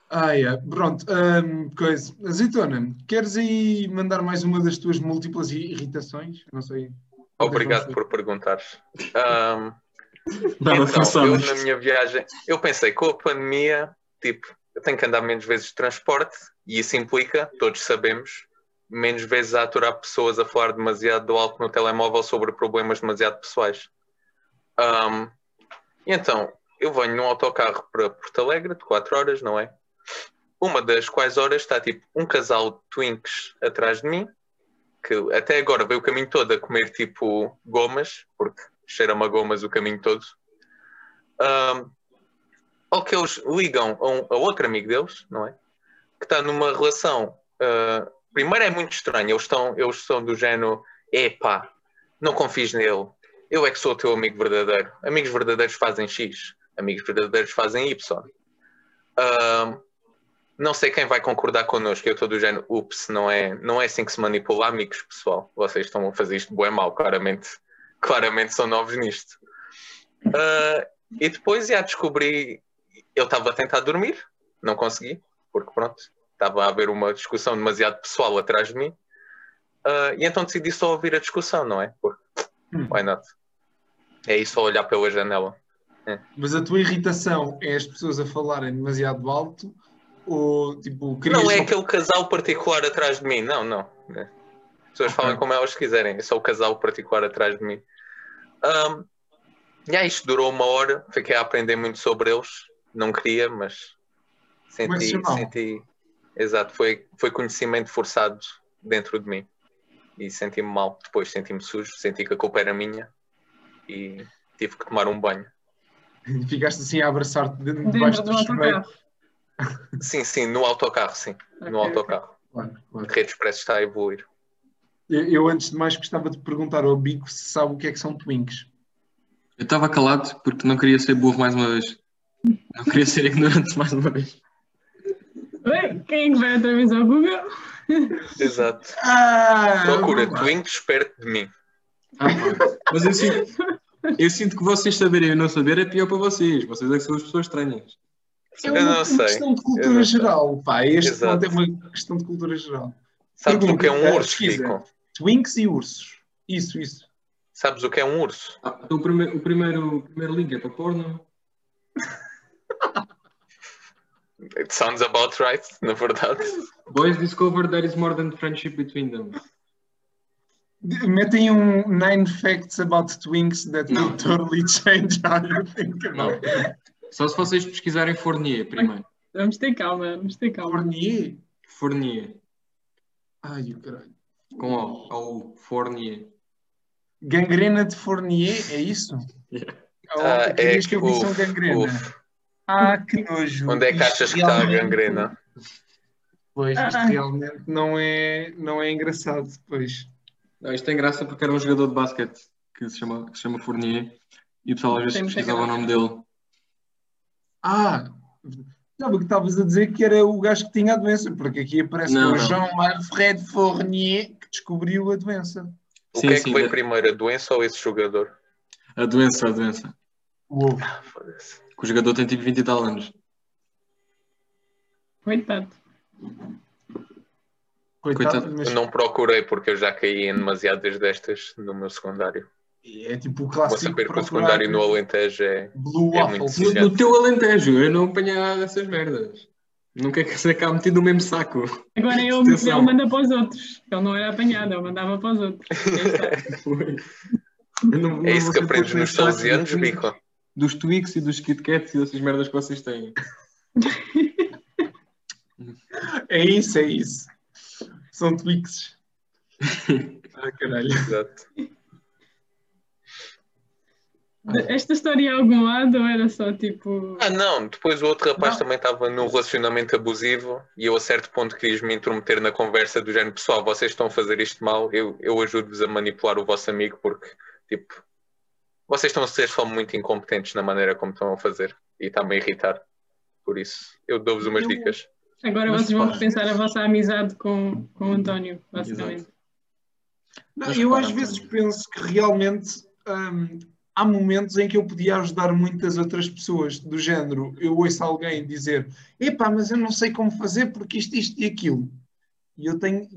Speaker 2: Ah, é. Pronto. hum, coisa. Azeitona, queres aí mandar mais uma das tuas múltiplas i- irritações? Não sei.
Speaker 4: Obrigado por perguntares. Ahm, Então,
Speaker 5: Nada
Speaker 4: eu
Speaker 5: forçamos.
Speaker 4: na minha viagem, eu pensei, com a pandemia, tipo, eu tenho que andar menos vezes de transporte e isso implica, todos sabemos, menos vezes a aturar pessoas a falar demasiado alto no telemóvel sobre problemas demasiado pessoais. Ahm, e então, eu venho num autocarro para Porto Alegre de 4 horas, não é? Uma das quais horas está tipo um casal de twinks atrás de mim, que até agora veio o caminho todo a comer tipo gomas, porque cheira-me a gomas o caminho todo. Ahm, ao que eles ligam a, um- a outro amigo deles, não é? Que está numa relação. ah, primeiro é muito estranho, eles, estão, eles são do género: epá, não confies nele, eu é que sou o teu amigo verdadeiro. Amigos verdadeiros fazem X, amigos verdadeiros fazem Y. Ahm, não sei quem vai concordar connosco, eu estou do género, ups, não é, não é assim que se manipula amigos, pessoal. Vocês estão a fazer isto bem mal, claramente. Claramente são novos nisto. Ah, e depois já descobri, eu estava a tentar dormir, não consegui, porque pronto, estava a haver uma discussão demasiado pessoal atrás de mim. Ah, e então decidi só ouvir a discussão, não é? Porque, why not? É isso, só olhar pela janela.
Speaker 2: Mas a tua irritação é as pessoas a falarem demasiado alto ou tipo querias
Speaker 4: Não é
Speaker 2: só-
Speaker 4: aquele casal particular atrás de mim, não, não. As pessoas
Speaker 2: Ok.
Speaker 4: falam como elas quiserem, é só o casal particular atrás de mim. Ahm, e aí, isto durou uma hora, fiquei a aprender muito sobre eles, não queria, mas
Speaker 2: Como é que se
Speaker 4: senti.
Speaker 2: chamava?
Speaker 4: senti exato, foi, foi conhecimento forçado dentro de mim. E senti-me mal, depois senti-me sujo, senti que a culpa era minha e tive que tomar um banho.
Speaker 2: ficaste assim a abraçar-te dentro debaixo
Speaker 1: Dentro do
Speaker 2: do chuveiro.
Speaker 1: autocarro.
Speaker 4: Sim, sim, no autocarro, sim,
Speaker 1: Ok,
Speaker 4: no
Speaker 1: ok.
Speaker 4: autocarro.
Speaker 2: Claro, claro.
Speaker 4: A rede expressa está a evoluir.
Speaker 2: Eu, eu, antes de mais gostava de perguntar ao Bico se sabe o que é que são twinks.
Speaker 5: Eu estava calado porque não queria ser burro mais uma vez. Não queria ser ignorante mais uma vez.
Speaker 1: Ué, Quem é que vai outra vez ao Google?
Speaker 4: Exato.
Speaker 2: Ah,
Speaker 4: Procura Twinks perto de mim.
Speaker 5: Ah, pá. Mas eu sinto, eu sinto que vocês saberem e eu não saber é pior para vocês. Vocês é que são as pessoas estranhas.
Speaker 2: É
Speaker 4: Eu não
Speaker 2: uma
Speaker 4: sei.
Speaker 2: questão de
Speaker 4: Eu
Speaker 2: cultura
Speaker 4: não sei.
Speaker 2: geral, pá. Este
Speaker 4: Exato.
Speaker 2: ponto é uma questão de cultura geral.
Speaker 4: Sabes o que é um
Speaker 2: Pergunta,
Speaker 4: urso,
Speaker 2: pesquisa.
Speaker 4: Kiko?
Speaker 2: Twinks e ursos. Isso, isso.
Speaker 4: Sabes o que é um urso?
Speaker 5: Ah, então o, prime- o primeiro, o primeiro link é para porno.
Speaker 4: It sounds about right, na verdade.
Speaker 5: Boys discover there is more than friendship between them.
Speaker 2: De- Metem um nine facts about twinks that will
Speaker 5: Não.
Speaker 2: totally change how you think about it.
Speaker 5: Só se vocês pesquisarem Fournier primeiro.
Speaker 1: Vamos ter calma, vamos ter calma.
Speaker 2: Fournier?
Speaker 5: Fournier.
Speaker 2: Ai, o caralho.
Speaker 5: Com O. Ou Fournier.
Speaker 2: Gangrena de Fournier, é isso?
Speaker 5: Yeah.
Speaker 2: Ah,
Speaker 4: Ah, é
Speaker 2: é que eu vi são
Speaker 4: uf,
Speaker 2: gangrena.
Speaker 4: uf.
Speaker 2: Ah, que nojo.
Speaker 4: Onde é que
Speaker 2: Isto
Speaker 4: achas que está a
Speaker 2: realmente-
Speaker 4: gangrena?
Speaker 2: Pois, isto
Speaker 1: Ah.
Speaker 2: realmente não é, não é engraçado, pois.
Speaker 5: Não, isto tem graça porque era um jogador de basquete que se chama, que se chama Fournier e o pessoal às vezes
Speaker 1: Tem muita
Speaker 5: pesquisava o nome dele.
Speaker 2: Ah, estava que estavas a dizer que era o gajo que tinha a doença, porque aqui aparece
Speaker 5: Não,
Speaker 2: o
Speaker 5: não.
Speaker 2: Jean-Alfred Fournier que descobriu a doença.
Speaker 4: O
Speaker 5: Sim,
Speaker 4: que é que
Speaker 5: sim,
Speaker 4: veio
Speaker 5: é-
Speaker 4: primeiro, a doença ou esse jogador?
Speaker 5: A doença, a doença.
Speaker 2: Uou.
Speaker 4: Foda-se.
Speaker 5: Que o jogador tem tipo 20 e tal anos.
Speaker 1: Coitado.
Speaker 2: Coitado,
Speaker 5: Coitado,
Speaker 2: mas
Speaker 4: Eu não procurei porque eu já caí em demasiadas destas no meu secundário.
Speaker 2: é tipo o
Speaker 4: Vou
Speaker 2: clássico
Speaker 4: saber que o
Speaker 2: procurar
Speaker 4: secundário no Alentejo é.
Speaker 2: Blue
Speaker 4: é
Speaker 2: Waffle.
Speaker 4: muito
Speaker 5: No,
Speaker 4: Obrigado.
Speaker 5: no teu Alentejo, eu não apanhei nada dessas merdas. Nunca é que ser cá metido no mesmo saco.
Speaker 1: Agora eu,
Speaker 5: Atenção.
Speaker 1: ele manda para os outros. Ele não era apanhado, eu mandava para os outros. Aí está.
Speaker 5: Eu não- não
Speaker 4: É isso
Speaker 5: vou
Speaker 4: que
Speaker 5: ser
Speaker 4: aprendes
Speaker 5: posto
Speaker 4: nos
Speaker 5: nesse saco
Speaker 4: 12 anos,
Speaker 5: dos Twix-
Speaker 4: Bico.
Speaker 5: Dos Twix e dos Kit Kats e dessas merdas que vocês têm.
Speaker 2: É isso, é isso. São Twixes. ah, caralho.
Speaker 4: Exato.
Speaker 1: Esta história é algum lado ou era só tipo.
Speaker 4: Ah, não, depois o outro rapaz
Speaker 2: Não.
Speaker 4: também estava num relacionamento abusivo e eu a certo ponto quis me intrometer na conversa do género pessoal, vocês estão a fazer isto mal, eu, eu ajudo-vos a manipular o vosso amigo porque, tipo, vocês estão a ser só muito incompetentes na maneira como estão a fazer e está-me a irritar. Por isso, eu dou-vos umas
Speaker 2: Eu-
Speaker 4: dicas.
Speaker 1: Agora
Speaker 5: Mas
Speaker 1: vocês vão
Speaker 5: pá.
Speaker 1: repensar a vossa amizade com, com o António, basicamente.
Speaker 2: Não,
Speaker 5: Mas
Speaker 2: eu
Speaker 5: repara,
Speaker 2: às vezes
Speaker 5: António.
Speaker 2: penso que realmente hum, há momentos em que eu podia ajudar muitas outras pessoas, do género, eu ouço alguém dizer, epá, mas eu não sei como fazer porque isto, isto e aquilo. E eu tenho,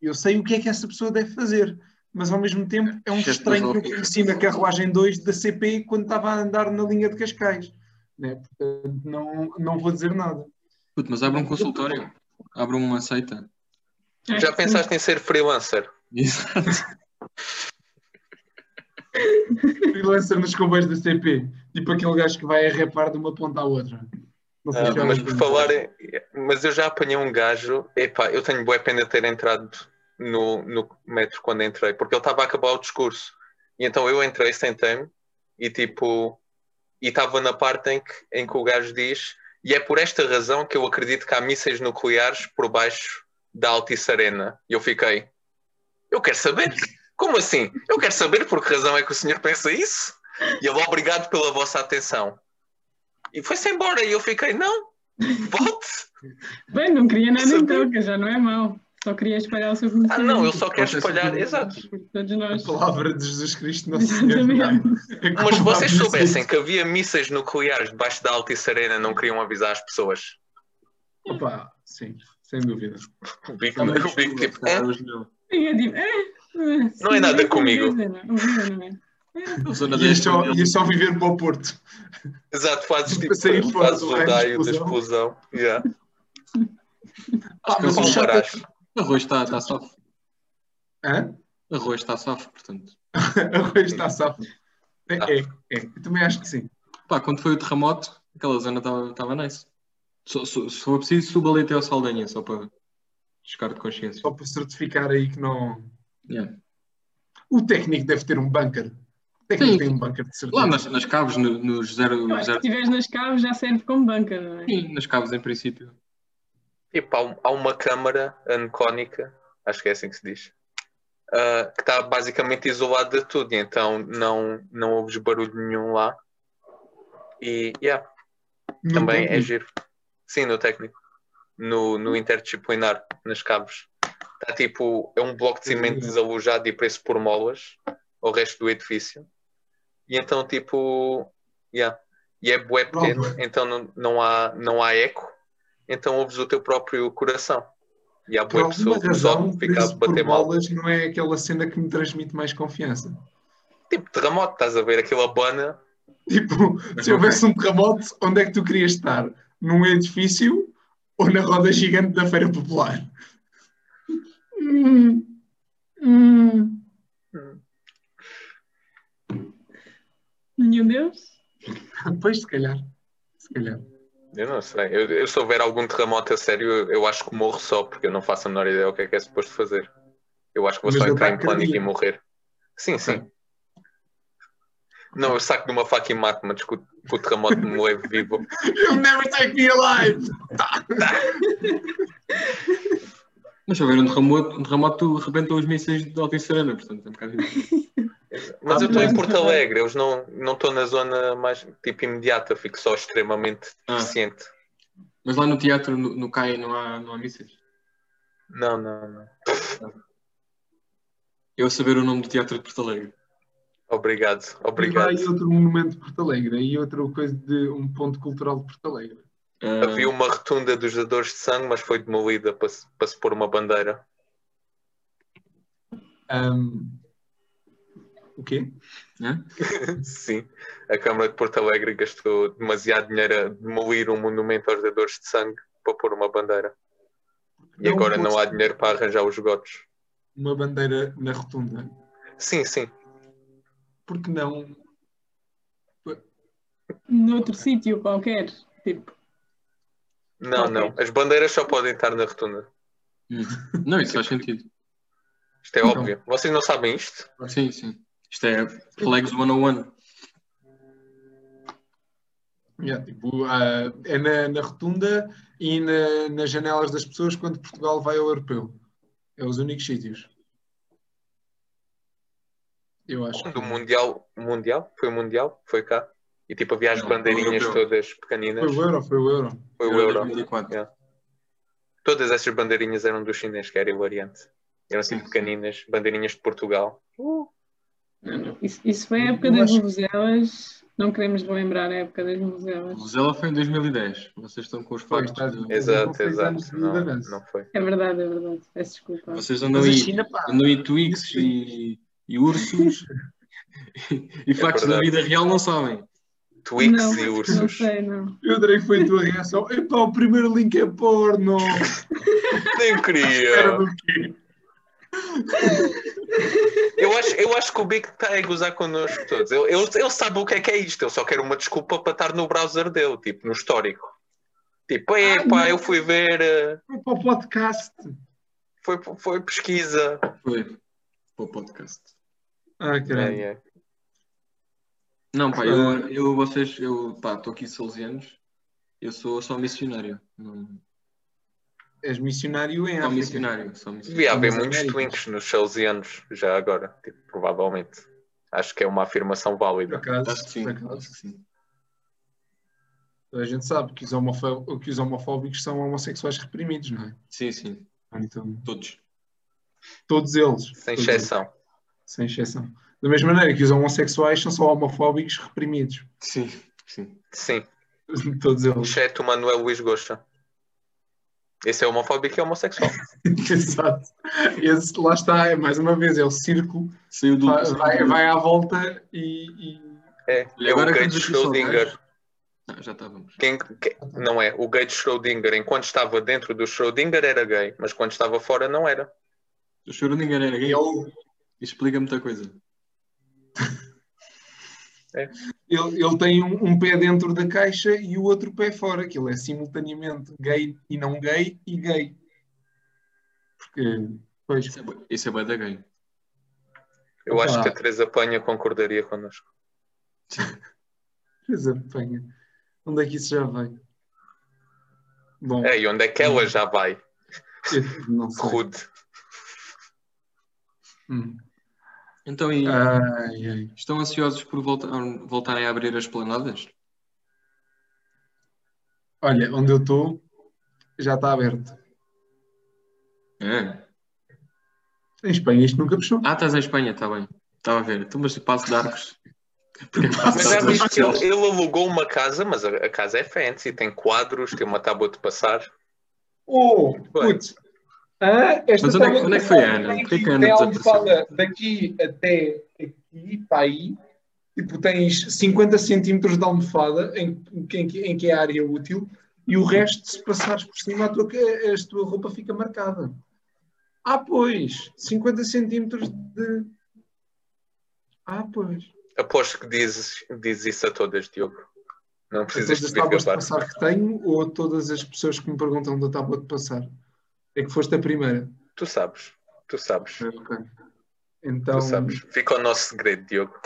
Speaker 2: eu sei o que é que essa pessoa deve fazer, mas ao mesmo tempo é um
Speaker 5: Chefe
Speaker 2: estranho que eu
Speaker 5: filosófico.
Speaker 2: conheci na carruagem 2 da CP quando estava a andar na linha de Cascais. Né? Portanto, não, não vou dizer nada.
Speaker 5: Puto, mas abre um consultório. Abre uma seita.
Speaker 1: Acho
Speaker 4: Já
Speaker 1: que sim.
Speaker 4: pensaste em ser freelancer?
Speaker 5: Exato.
Speaker 2: Freelancer nos comboios da CP, tipo aquele gajo que vai a repar de uma ponta à outra. Não sei
Speaker 4: Ah,
Speaker 2: se é
Speaker 4: mas
Speaker 2: um-
Speaker 4: por falar, em- mas eu já apanhei um gajo, epá, eu tenho boa pena de ter entrado no, no metro quando entrei, porque ele estava a acabar o discurso. E então eu entrei, sentei-me e tipo, e estava na parte em que, em que o gajo diz, e é por esta razão que eu acredito que há mísseis nucleares por baixo da Altice Arena. E eu fiquei, eu quero saber, como assim? Eu quero saber por que razão é que o senhor pensa isso? E ele, obrigado pela vossa atenção. E foi-se embora e eu fiquei, não, Volte!
Speaker 1: Bem, não queria nada
Speaker 4: Sabia.
Speaker 1: então, que já não é mau. Só queria espalhar o seu
Speaker 4: Ah, não, ele
Speaker 1: conhecimento
Speaker 4: só quer
Speaker 5: Vocês-
Speaker 4: espalhar. Exato.
Speaker 1: por todos
Speaker 2: A
Speaker 1: nós.
Speaker 2: palavra de Jesus Cristo, nosso Senhor.
Speaker 1: Exatamente.
Speaker 2: é
Speaker 4: Mas se vocês
Speaker 2: comprar-
Speaker 4: soubessem que havia mísseis nucleares debaixo da Alta e Serena, não queriam avisar as pessoas.
Speaker 2: Opa, sim, sem dúvida.
Speaker 4: O Big,
Speaker 5: Tá muito
Speaker 4: o Big
Speaker 5: escuro,
Speaker 4: tipo,
Speaker 2: é.
Speaker 5: cara,
Speaker 4: "Hã?
Speaker 5: hoje não.
Speaker 1: E eu digo, eh, eh,
Speaker 4: Não é
Speaker 1: sim,
Speaker 4: nada
Speaker 1: essa
Speaker 4: comigo.
Speaker 1: coisa, não. Horrível, não é?
Speaker 5: A zona
Speaker 2: Ia
Speaker 5: 10
Speaker 2: é só,
Speaker 5: foi
Speaker 2: ia só viver para o Porto.
Speaker 4: Exato, fazes tipo,
Speaker 2: Sair fora
Speaker 4: fazes
Speaker 2: do
Speaker 4: o
Speaker 2: raio de
Speaker 4: raio da
Speaker 2: explosão.
Speaker 4: explosão. Yeah.
Speaker 2: Ah, mas
Speaker 4: Com
Speaker 2: o
Speaker 4: o
Speaker 2: chat-
Speaker 4: Moraes.
Speaker 5: Arroz está tá safo.
Speaker 2: Hã?
Speaker 5: Arroz está safo, portanto.
Speaker 2: Arroz está safo. É,
Speaker 4: Tá.
Speaker 2: é, é. Eu também acho que sim.
Speaker 5: Pá, quando foi o terremoto, aquela zona estava nice. Só- só- se for preciso, suba ali até ao Saldanha, só para descar de consciência.
Speaker 2: Só para certificar aí que não.
Speaker 5: Yeah.
Speaker 2: O técnico deve ter um bunker. O técnico
Speaker 5: Sim.
Speaker 2: tem um bunker de certeza.
Speaker 5: Lá nas, nas caves, no- nos zero,
Speaker 1: Eu acho que se
Speaker 5: zero-
Speaker 1: estiveres nas caves já serve como banca, não é?
Speaker 5: Sim, nas caves em princípio.
Speaker 4: Tipo, há, um- há uma câmara ancónica, acho que é assim que se diz, ah, que está basicamente isolada de tudo, e então não, não ouves barulho nenhum lá. E yeah,
Speaker 2: No
Speaker 4: também é
Speaker 2: técnico.
Speaker 4: giro. Sim, no técnico. No, no interdisciplinar, nas cabos. Está tipo, é um bloco de cimento desalojado e preso por molas ao resto do edifício. E então, tipo, yeah. e é bué pequeno,
Speaker 2: Bravo.
Speaker 4: então não, não, há, não há eco, então ouves o teu próprio coração. E há
Speaker 2: Por
Speaker 4: boa
Speaker 2: alguma
Speaker 4: pessoa que só
Speaker 2: razão,
Speaker 4: fica a
Speaker 2: preso por
Speaker 4: bater mal.
Speaker 2: bolas não é aquela cena que me transmite mais confiança.
Speaker 4: Tipo, terremoto, estás a ver? Aquilo abana.
Speaker 2: Tipo, se houvesse um terremoto, onde é que tu querias estar? Num edifício ou na roda gigante da Feira Popular?
Speaker 1: Hum. Hum. Nenhum Deus?
Speaker 2: Pois, se calhar. Se calhar.
Speaker 4: Eu não sei. Eu, eu, se houver algum terremoto a sério, eu, eu acho que morro só, porque eu não faço a menor ideia o que é que é suposto fazer. Eu acho que vou
Speaker 2: Mas
Speaker 4: só
Speaker 2: não
Speaker 4: entrar
Speaker 2: tá
Speaker 4: em pânico e
Speaker 2: cardíaco.
Speaker 4: morrer. Sim, sim. Não, eu saco de uma faca e mato, mas que o, que o terremoto me leve vivo.
Speaker 2: You'll never take me alive!
Speaker 5: Mas se houver um terremoto, um terremoto tu rebentam os mísseis de Alta e Serena, portanto é um bocado isso.
Speaker 4: Mas
Speaker 2: Ah,
Speaker 4: eu estou
Speaker 2: mas-
Speaker 4: em Porto Alegre, eu não não estou na zona mais tipo imediata, fico só extremamente
Speaker 5: Ah.
Speaker 4: deficiente.
Speaker 5: Mas lá no teatro, no, no CAI, não há, não há mísseis.
Speaker 4: Não, não, não.
Speaker 5: Eu a saber o nome do teatro de Porto Alegre.
Speaker 4: Obrigado,
Speaker 2: Obrigado.
Speaker 4: obrigado.
Speaker 2: E outro monumento de Porto Alegre, e outra coisa de um ponto cultural de Porto Alegre.
Speaker 5: Ah,
Speaker 4: Havia uma rotunda dos dadores de sangue, mas foi demolida para se, para se pôr uma bandeira.
Speaker 2: Ahm, O quê?
Speaker 4: Sim, a Câmara de Porto Alegre gastou demasiado dinheiro a demolir um monumento aos dadores de sangue para pôr uma bandeira. E
Speaker 2: Não
Speaker 4: agora
Speaker 2: pôs
Speaker 4: não há dinheiro para arranjar os gotos.
Speaker 2: Uma bandeira na rotunda.
Speaker 4: Sim, sim.
Speaker 2: Por que não?
Speaker 1: Noutro sítio qualquer. Tipo,
Speaker 4: Não,
Speaker 1: Ok.
Speaker 4: não. As bandeiras só podem estar na rotunda. um-
Speaker 5: hum. Não, isso faz sentido.
Speaker 4: Isto é
Speaker 2: Então.
Speaker 4: óbvio. Vocês não sabem isto?
Speaker 5: Sim, sim. Isto é Flags 101.
Speaker 2: Yeah, tipo, ah, é na, na rotunda e na- nas janelas das pessoas quando Portugal vai ao europeu. É os únicos sítios. Eu acho.
Speaker 4: Do Mundial. Mundial? Foi o Mundial? Foi cá? E tipo havia as
Speaker 5: Não,
Speaker 4: bandeirinhas
Speaker 5: foi o europeu.
Speaker 4: todas
Speaker 2: Foi
Speaker 4: pequeninas.
Speaker 2: o euro, foi o euro.
Speaker 4: Foi o Euro.
Speaker 5: 2004.
Speaker 4: Todas essas bandeirinhas eram dos chineses, que era hilariante. Eram assim
Speaker 5: Sim, sim.
Speaker 4: pequeninas, bandeirinhas de Portugal.
Speaker 1: não, não. Isso, isso foi a época
Speaker 2: Eu
Speaker 1: das
Speaker 2: acho-
Speaker 1: vuvuzelas. Não queremos relembrar a época das vuvuzelas.
Speaker 5: Vozela foi em 2010. Vocês estão com os
Speaker 2: Foi,
Speaker 5: factos.
Speaker 2: tá.
Speaker 5: de-
Speaker 2: Não
Speaker 4: Exato,
Speaker 2: foi
Speaker 4: exato.
Speaker 2: anos de
Speaker 4: Não,
Speaker 2: liderança.
Speaker 4: não foi.
Speaker 1: É verdade, é verdade. Peço desculpa.
Speaker 5: Vocês andam
Speaker 2: Mas a
Speaker 4: assim,
Speaker 5: aí,
Speaker 2: China, pá,
Speaker 5: andam aí Twix e, e ursos
Speaker 2: É
Speaker 5: e, e factos da
Speaker 4: verdade.
Speaker 5: vida real não sabem.
Speaker 4: Twix
Speaker 1: Não,
Speaker 4: é e
Speaker 1: Não
Speaker 4: ursos.
Speaker 1: sei, não.
Speaker 2: eu adorei que foi a tua reação. Epá, o primeiro link é porno.
Speaker 4: Nem
Speaker 2: Era
Speaker 4: queria.
Speaker 2: do quê?
Speaker 4: Eu acho, eu acho que o Big está a gozar connosco todos. Ele, ele, ele sabe o que é que é isto. Eu só quero uma desculpa para estar no browser dele, tipo, no histórico. Tipo,
Speaker 2: Ah,
Speaker 4: epá,
Speaker 2: não.
Speaker 4: eu fui ver. eh,
Speaker 2: Foi para o podcast.
Speaker 4: Foi, foi pesquisa.
Speaker 5: Foi para o podcast.
Speaker 2: Ah, caralho.
Speaker 4: Ai, ai.
Speaker 5: Não, pá, eu, eu vocês, eu pá, estou aqui salesianos. Eu sou só missionário. Não,
Speaker 2: És missionário em
Speaker 5: só
Speaker 2: África.
Speaker 5: missionário. Só missionário.
Speaker 4: Devia haver
Speaker 2: Vamos
Speaker 4: muitos
Speaker 2: Américas.
Speaker 4: twinks nos seus anos, já agora. Tipo, provavelmente. Acho que é uma afirmação
Speaker 2: Por
Speaker 4: válida.
Speaker 2: acaso,
Speaker 5: Acho que sim.
Speaker 2: por acaso.
Speaker 5: Acho que sim.
Speaker 2: Toda A gente sabe que os, homofó- que os homofóbicos são homossexuais reprimidos, não é?
Speaker 5: Sim, sim,
Speaker 2: Então,
Speaker 5: todos.
Speaker 2: todos eles.
Speaker 4: sem
Speaker 2: todos
Speaker 4: exceção.
Speaker 2: eles, sem exceção. Da mesma maneira que os homossexuais são só homofóbicos reprimidos.
Speaker 5: Sim, sim.
Speaker 4: Sim,
Speaker 2: Todos eles.
Speaker 4: exceto o Manuel Luís Gosta. Esse é homofóbico e homossexual.
Speaker 2: Exato. Esse, lá está, é mais uma vez, é o círculo.
Speaker 5: Saiu do.
Speaker 2: Vai, vai- vai um à volta e. e-
Speaker 4: É,
Speaker 5: E
Speaker 4: é o
Speaker 5: agora que eu
Speaker 4: Gate
Speaker 5: disse que sou
Speaker 4: Schrödinger.
Speaker 5: Não, Ah, já estávamos.
Speaker 4: Quem, que- não é, o gay de Schrödinger, enquanto estava dentro do Schrödinger era gay, mas quando estava fora não era.
Speaker 5: O Schrödinger era gay.
Speaker 2: Ele,
Speaker 5: Isso explica muita coisa.
Speaker 2: ele, ele tem um, um pé dentro da caixa e o outro pé fora, que ele é simultaneamente gay e não gay e gay. Porque, pois,
Speaker 5: Isso é bué- Isso é bué da gay.
Speaker 4: Eu acho
Speaker 2: Opa.
Speaker 4: que a Teresa Panha concordaria connosco.
Speaker 2: coisa apanha. Onde é que isso já vem? Bom,
Speaker 4: É, e onde é que ela já vai?
Speaker 2: eu não sei.
Speaker 4: Rude.
Speaker 2: Hum.
Speaker 5: Então, e
Speaker 2: Ah. Ai, ai.
Speaker 5: estão ansiosos por voltar, voltarem a abrir as planadas?
Speaker 2: Olha, onde eu estou já está aberto.
Speaker 5: É.
Speaker 2: Em Espanha isto nunca fechou.
Speaker 5: Ah, estás em Espanha, está bem. Estava a ver. Então, mas passo de arcos. Porque é passo
Speaker 4: Mas
Speaker 5: de
Speaker 4: já
Speaker 5: arcos.
Speaker 4: viste que ele, ele alugou uma casa, mas a, a casa é fancy, tem quadros, tem uma tábua de passar.
Speaker 2: Oh, putz. Ah, esta
Speaker 5: Mas onde é que-
Speaker 2: tábua-
Speaker 5: onde é que foi a Ana?
Speaker 2: Tem
Speaker 5: Porquê
Speaker 2: aqui-
Speaker 5: que a Ana
Speaker 2: tem algo que
Speaker 5: desapareceu?
Speaker 2: fala daqui até aqui, para aí. Tipo, tens 50 centímetros de almofada em, em que- em que é a área útil e o resto, se passares por cima, a tua, ca- a tua roupa fica marcada. Ah, pois. 50 centímetros de... Ah, pois.
Speaker 4: Aposto que dizes, dizes isso a todas, Diogo. Não precisas
Speaker 2: todas as
Speaker 4: de
Speaker 2: tábuas de
Speaker 4: acabar.
Speaker 2: passar que tenho ou a todas as pessoas que me perguntam da tábua de passar? É que foste a primeira.
Speaker 4: Tu sabes, tu sabes,
Speaker 2: Então,
Speaker 4: tu É, sabes. Fica o nosso segredo, Diogo.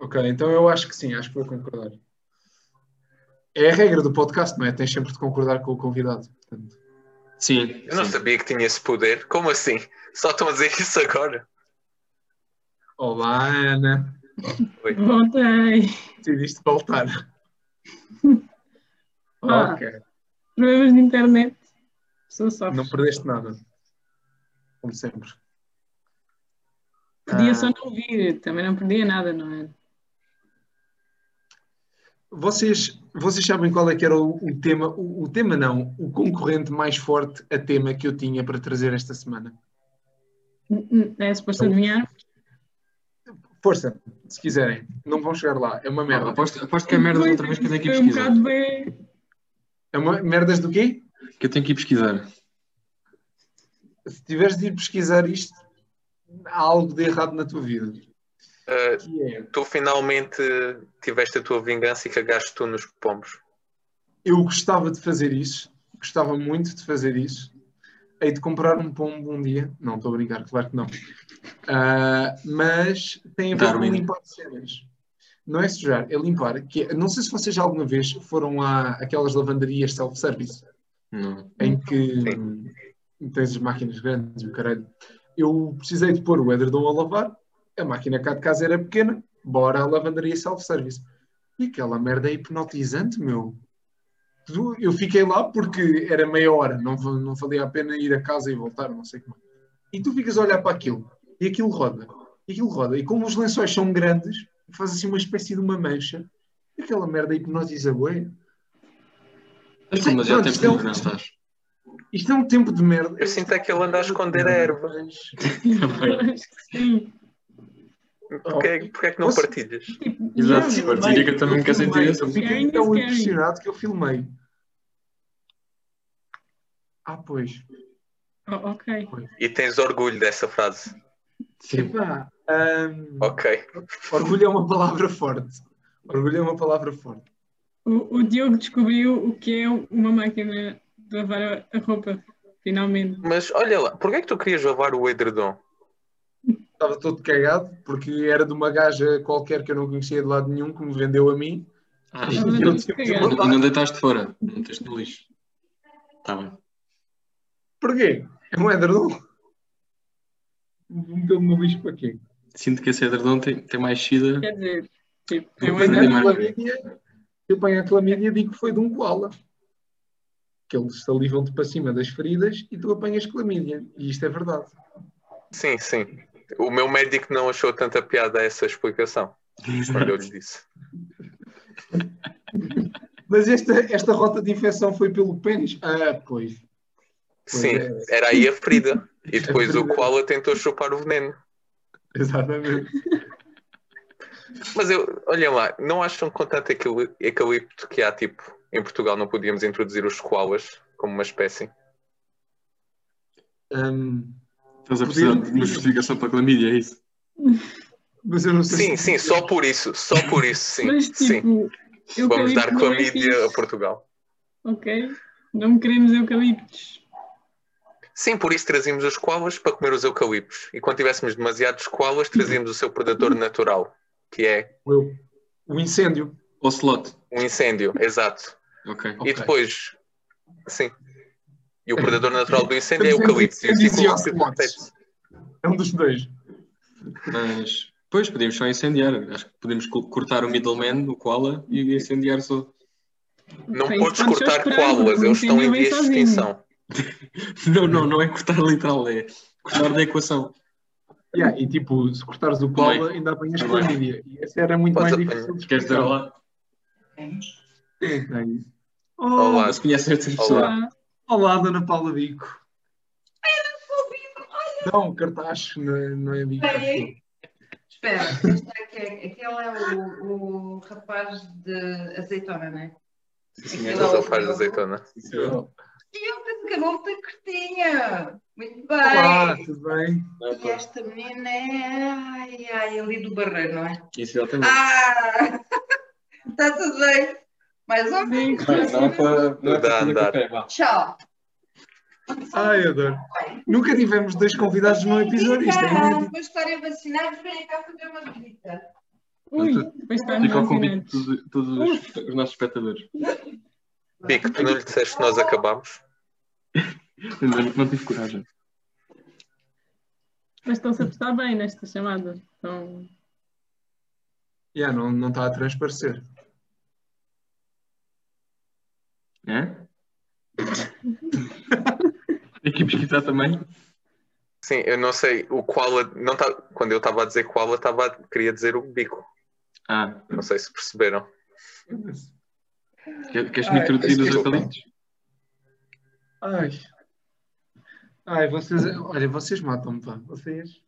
Speaker 2: ok, então eu acho que sim, acho que vou concordar. É a regra do podcast, não é? Tens sempre de concordar com o convidado. Portanto,
Speaker 5: Sim.
Speaker 4: Eu não
Speaker 5: sim.
Speaker 4: sabia que tinha esse poder. Como assim? Só estão a dizer isso agora?
Speaker 2: Olá, Ana.
Speaker 1: Voltei.
Speaker 2: Decidiste voltar.
Speaker 1: Ah.
Speaker 2: ok,
Speaker 1: Problemas de internet. Pessoa sofre.
Speaker 2: não perdeste nada. Como sempre.
Speaker 1: Podia
Speaker 2: Ah.
Speaker 1: só não vir, também não perdia nada, não é?
Speaker 2: Vocês, vocês sabem qual é que era o, o tema, o, o tema não, o concorrente mais forte a tema que eu tinha para trazer esta semana?
Speaker 1: N- n- É suposto
Speaker 5: Então,
Speaker 1: adivinhar?
Speaker 2: Força, se quiserem, não vão chegar lá, é uma
Speaker 5: Merda,
Speaker 2: merda.
Speaker 5: aposto, aposto que é merda da outra vez que eu tenho que ir
Speaker 1: Foi um
Speaker 5: pesquisar.
Speaker 1: bocado bem.
Speaker 2: É uma, merdas do quê?
Speaker 5: Que eu tenho que ir pesquisar.
Speaker 2: Se tiveres de ir pesquisar isto, há algo de errado na tua vida.
Speaker 4: Ah,
Speaker 2: Que é,
Speaker 4: tu finalmente tiveste a tua vingança e cagaste tu nos pombos.
Speaker 2: eu gostava de fazer isso, gostava muito de fazer isso, hei de comprar um pombo um dia, não estou a brincar, claro que não, Ah, mas tem a ver com
Speaker 5: Darwin.
Speaker 2: limpar cenas. Não é sujar, é limpar. Que é- não sei se vocês já alguma vez foram a aquelas lavanderias self-service
Speaker 5: Não.
Speaker 2: em que hum, tens as máquinas grandes e o caralho. Eu precisei de pôr o edredom a lavar, a máquina cá de casa era pequena, bora à lavandaria self-service. E aquela merda é hipnotizante, meu. Tu- Eu fiquei lá porque era meia hora, não, va- não valia a pena ir a casa e voltar, não sei como. E tu ficas a olhar para aquilo, e aquilo roda, e aquilo roda. E como os lençóis são grandes, faz assim uma espécie de uma mancha, e aquela merda hipnotiza, bué.
Speaker 5: Mas como já
Speaker 2: Pronto,
Speaker 5: temos
Speaker 2: isto é um-
Speaker 5: que não estás.
Speaker 2: Isto é um tempo de merda.
Speaker 4: Eu sinto é que ele anda a esconder a
Speaker 2: Uhum.
Speaker 4: erva.
Speaker 1: Acho que sim.
Speaker 4: Porquê, é que- porquê é que não
Speaker 2: Nossa.
Speaker 4: partilhas?
Speaker 1: Tipo,
Speaker 5: Exato,
Speaker 1: yeah,
Speaker 5: se partilha que eu também quero sentir
Speaker 2: filmei,
Speaker 5: isso.
Speaker 2: Eu
Speaker 1: Scary
Speaker 2: fiquei
Speaker 1: is
Speaker 2: tão
Speaker 1: scary.
Speaker 2: impressionado que eu filmei. Ah, pois.
Speaker 1: Oh, ok.
Speaker 4: E tens orgulho dessa frase.
Speaker 5: Sim.
Speaker 2: Epá, ahm,
Speaker 4: Ok.
Speaker 2: orgulho é uma palavra forte. Orgulho é uma palavra forte.
Speaker 1: O, o Diogo descobriu o que é uma máquina de lavar a roupa, finalmente.
Speaker 4: Mas olha lá, porquê é que tu querias lavar o edredom?
Speaker 2: Estava todo cagado porque era de uma gaja qualquer que eu não conhecia de lado nenhum que me vendeu a mim.
Speaker 5: Ah,
Speaker 2: E
Speaker 1: mas
Speaker 2: eu tipo,
Speaker 1: não
Speaker 2: tive de
Speaker 1: cagado.
Speaker 5: não,
Speaker 2: mandar.
Speaker 5: não deitaste fora. Não meteste no lixo. Está bem.
Speaker 2: Porquê? É um edredom. Meteu-me no lixo para quê?
Speaker 5: Sinto que esse edredom tem, tem mais sida.
Speaker 1: Quer dizer, tipo, é
Speaker 5: Eu
Speaker 1: um
Speaker 5: vou
Speaker 2: Apanhei
Speaker 5: Ainda
Speaker 1: edredom.
Speaker 2: uma
Speaker 5: mais.
Speaker 2: lavinha, Eu apanho a clamídia e digo que foi de um koala. Que eles salivam-te para cima das feridas e tu apanhas clamídia. E isto é verdade.
Speaker 4: Sim, sim. O meu médico não achou tanta piada essa explicação. Quando eu lhe disse.
Speaker 2: Mas esta, esta rota de infecção foi pelo pênis? Ah, pois. Pois
Speaker 4: Sim,
Speaker 2: é.
Speaker 4: era aí a ferida. E depois o
Speaker 2: ferida.
Speaker 4: koala tentou chupar o veneno.
Speaker 2: Exatamente.
Speaker 4: Mas eu, olhem lá, não acham que com tanto equili- eucalipto que há, tipo, em Portugal não podíamos introduzir os koalas como uma espécie?
Speaker 2: Hum,
Speaker 5: Estás a precisar de uma justificação para a clamídia, é isso?
Speaker 2: mas eu não sei
Speaker 4: Sim,
Speaker 2: se-
Speaker 4: sim, só por isso, só por isso, sim.
Speaker 1: Mas
Speaker 4: sim.
Speaker 1: tipo, eucalipto
Speaker 4: Vamos dar
Speaker 1: não é
Speaker 4: clamídia
Speaker 1: fixe,
Speaker 4: a Portugal.
Speaker 1: Ok? Não queremos eucaliptos.
Speaker 4: Sim, por isso trazíamos os koalas para comer os eucaliptos. E quando tivéssemos demasiados koalas, trazíamos o seu predador natural, que é
Speaker 2: Eu- O incêndio.
Speaker 5: Ou slot.
Speaker 4: um incêndio, exato.
Speaker 5: Ok.
Speaker 2: Ok.
Speaker 4: E depois, sim. E o predador natural do incêndio é o
Speaker 2: Temos
Speaker 4: eucalipto. E o
Speaker 2: incêndios e
Speaker 4: ciclo
Speaker 2: ocelotes.
Speaker 4: repete-se.
Speaker 2: É um dos dois.
Speaker 5: Mas, pois, podíamos só incendiar. Acho que podemos co- cortar o middleman, o koala, e incendiar só.
Speaker 4: Não
Speaker 1: Bem,
Speaker 4: podes
Speaker 1: isso pode ser
Speaker 4: cortar
Speaker 1: esperado,
Speaker 4: koalas,
Speaker 1: porque
Speaker 4: eles estão em
Speaker 1: entendem bem
Speaker 4: vias de
Speaker 1: sozinho.
Speaker 4: extinção.
Speaker 5: Não, não, não é cortar literal, é cortar da equação.
Speaker 2: Yeah, e tipo, se cortares o
Speaker 5: Também.
Speaker 2: cola, ainda apanhas
Speaker 5: Também.
Speaker 2: clamídia. E essa era muito
Speaker 4: Podes
Speaker 2: mais difícil de
Speaker 5: Queres dar
Speaker 2: explicar.
Speaker 5: lá?
Speaker 2: É isso.
Speaker 4: Olá.
Speaker 5: Ou Ah, se conhece esta pessoa.
Speaker 4: Olá.
Speaker 1: Ah,
Speaker 2: Olá, Dona Paula Bico. um Não, cartaz, não é, não é bico.
Speaker 6: Espera aí. Espera, este aqui é- aquele é o, o rapaz de azeitona, não é?
Speaker 5: Sim,
Speaker 4: Mas
Speaker 5: senhora.
Speaker 6: Olá.
Speaker 4: ele faz azeitona.
Speaker 6: E eu penso que a nome da curtinha. Muito bem.
Speaker 2: Olá, tudo bem?
Speaker 6: E esta menina é ai, ai, ali do Barreiro, não é?
Speaker 5: Isso exatamente.
Speaker 6: Ah! Está tudo bem? Mais ou
Speaker 1: sim.
Speaker 6: menos.
Speaker 5: Bem, Não é para não é para
Speaker 4: Dá,
Speaker 5: fazer
Speaker 4: dá.
Speaker 5: café, vá.
Speaker 6: Tchau.
Speaker 2: Ai, adoro. Nunca tivemos dois convidados num episódio. Isto é
Speaker 6: Ah,
Speaker 2: inédito.
Speaker 6: Depois de estarem vacinados, vem cá fazer uma visita.
Speaker 1: Ui, depois está
Speaker 5: Fica ao
Speaker 1: no
Speaker 5: convite de
Speaker 1: convite.
Speaker 5: tudo- todos os- os nossos espectadores.
Speaker 4: Pico, tu não lhe disseste que nós acabámos?
Speaker 5: Ainda Não tive coragem.
Speaker 1: Mas estão-se a prestar bem nesta chamada. Então,
Speaker 2: Yeah, não, não está a transparecer.
Speaker 5: É? Tem que ir pesquisar também.
Speaker 4: Sim, eu não sei, o koala, não tá, quando eu estava a dizer koala, tava, a- queria dizer o bico.
Speaker 5: Ah,
Speaker 4: Não sei se perceberam.
Speaker 5: que- queres-me
Speaker 6: Ah,
Speaker 5: introduzir os
Speaker 4: desculpa.
Speaker 5: eucaliptos?
Speaker 2: Ai. Ai, vocês. Olha, vocês matam-me, pá. Vocês.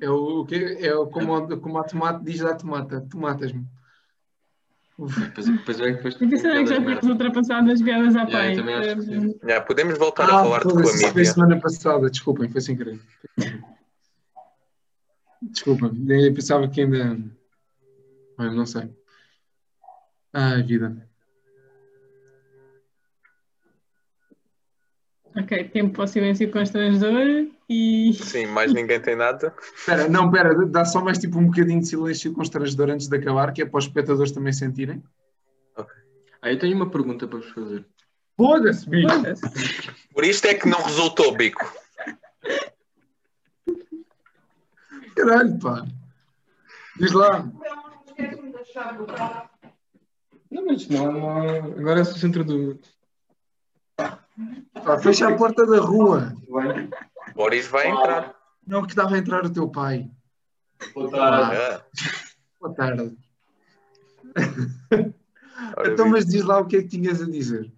Speaker 2: É o, o quê? É o, como, a- como a tomate diz da tomata. Tomatas-me. Uf.
Speaker 5: Depois, depois é que depois.
Speaker 1: eu pensei que já tínhamos ultrapassado as piadas à Hum,
Speaker 5: Yeah,
Speaker 1: pai.
Speaker 5: eu também acho que sim.
Speaker 4: Já, podemos voltar a
Speaker 2: Ah,
Speaker 4: falar de
Speaker 2: foda-se, isso foi
Speaker 4: clamídia.
Speaker 2: semana passada, desculpem, foi sem querer. Desculpa, eu pensava que ainda. Olha, não sei. Ai, vida.
Speaker 1: Ok, tempo para o silêncio constrangedor e.
Speaker 4: Sim, mais ninguém tem nada.
Speaker 2: Espera, não, espera, dá só mais tipo um bocadinho de silêncio constrangedor antes de acabar, que é para os espectadores também sentirem.
Speaker 5: Ah, eu tenho uma pergunta para vos fazer.
Speaker 2: Foda-se, bicho!
Speaker 1: Foda-se.
Speaker 4: Por isto é que não resultou, bico.
Speaker 2: Caralho, pá! Diz lá,
Speaker 6: Então, Não esquece-me da chave do carro.
Speaker 5: Não, mas não, não- Agora é o centro do.
Speaker 2: pá, fecha a porta da rua.
Speaker 4: Boris vai entrar.
Speaker 2: Não, que estava a entrar o teu pai.
Speaker 5: Boa
Speaker 4: Ah,
Speaker 2: Boa tarde.
Speaker 4: ora
Speaker 2: Então,
Speaker 4: viva.
Speaker 2: mas diz lá o que é que tinhas a dizer.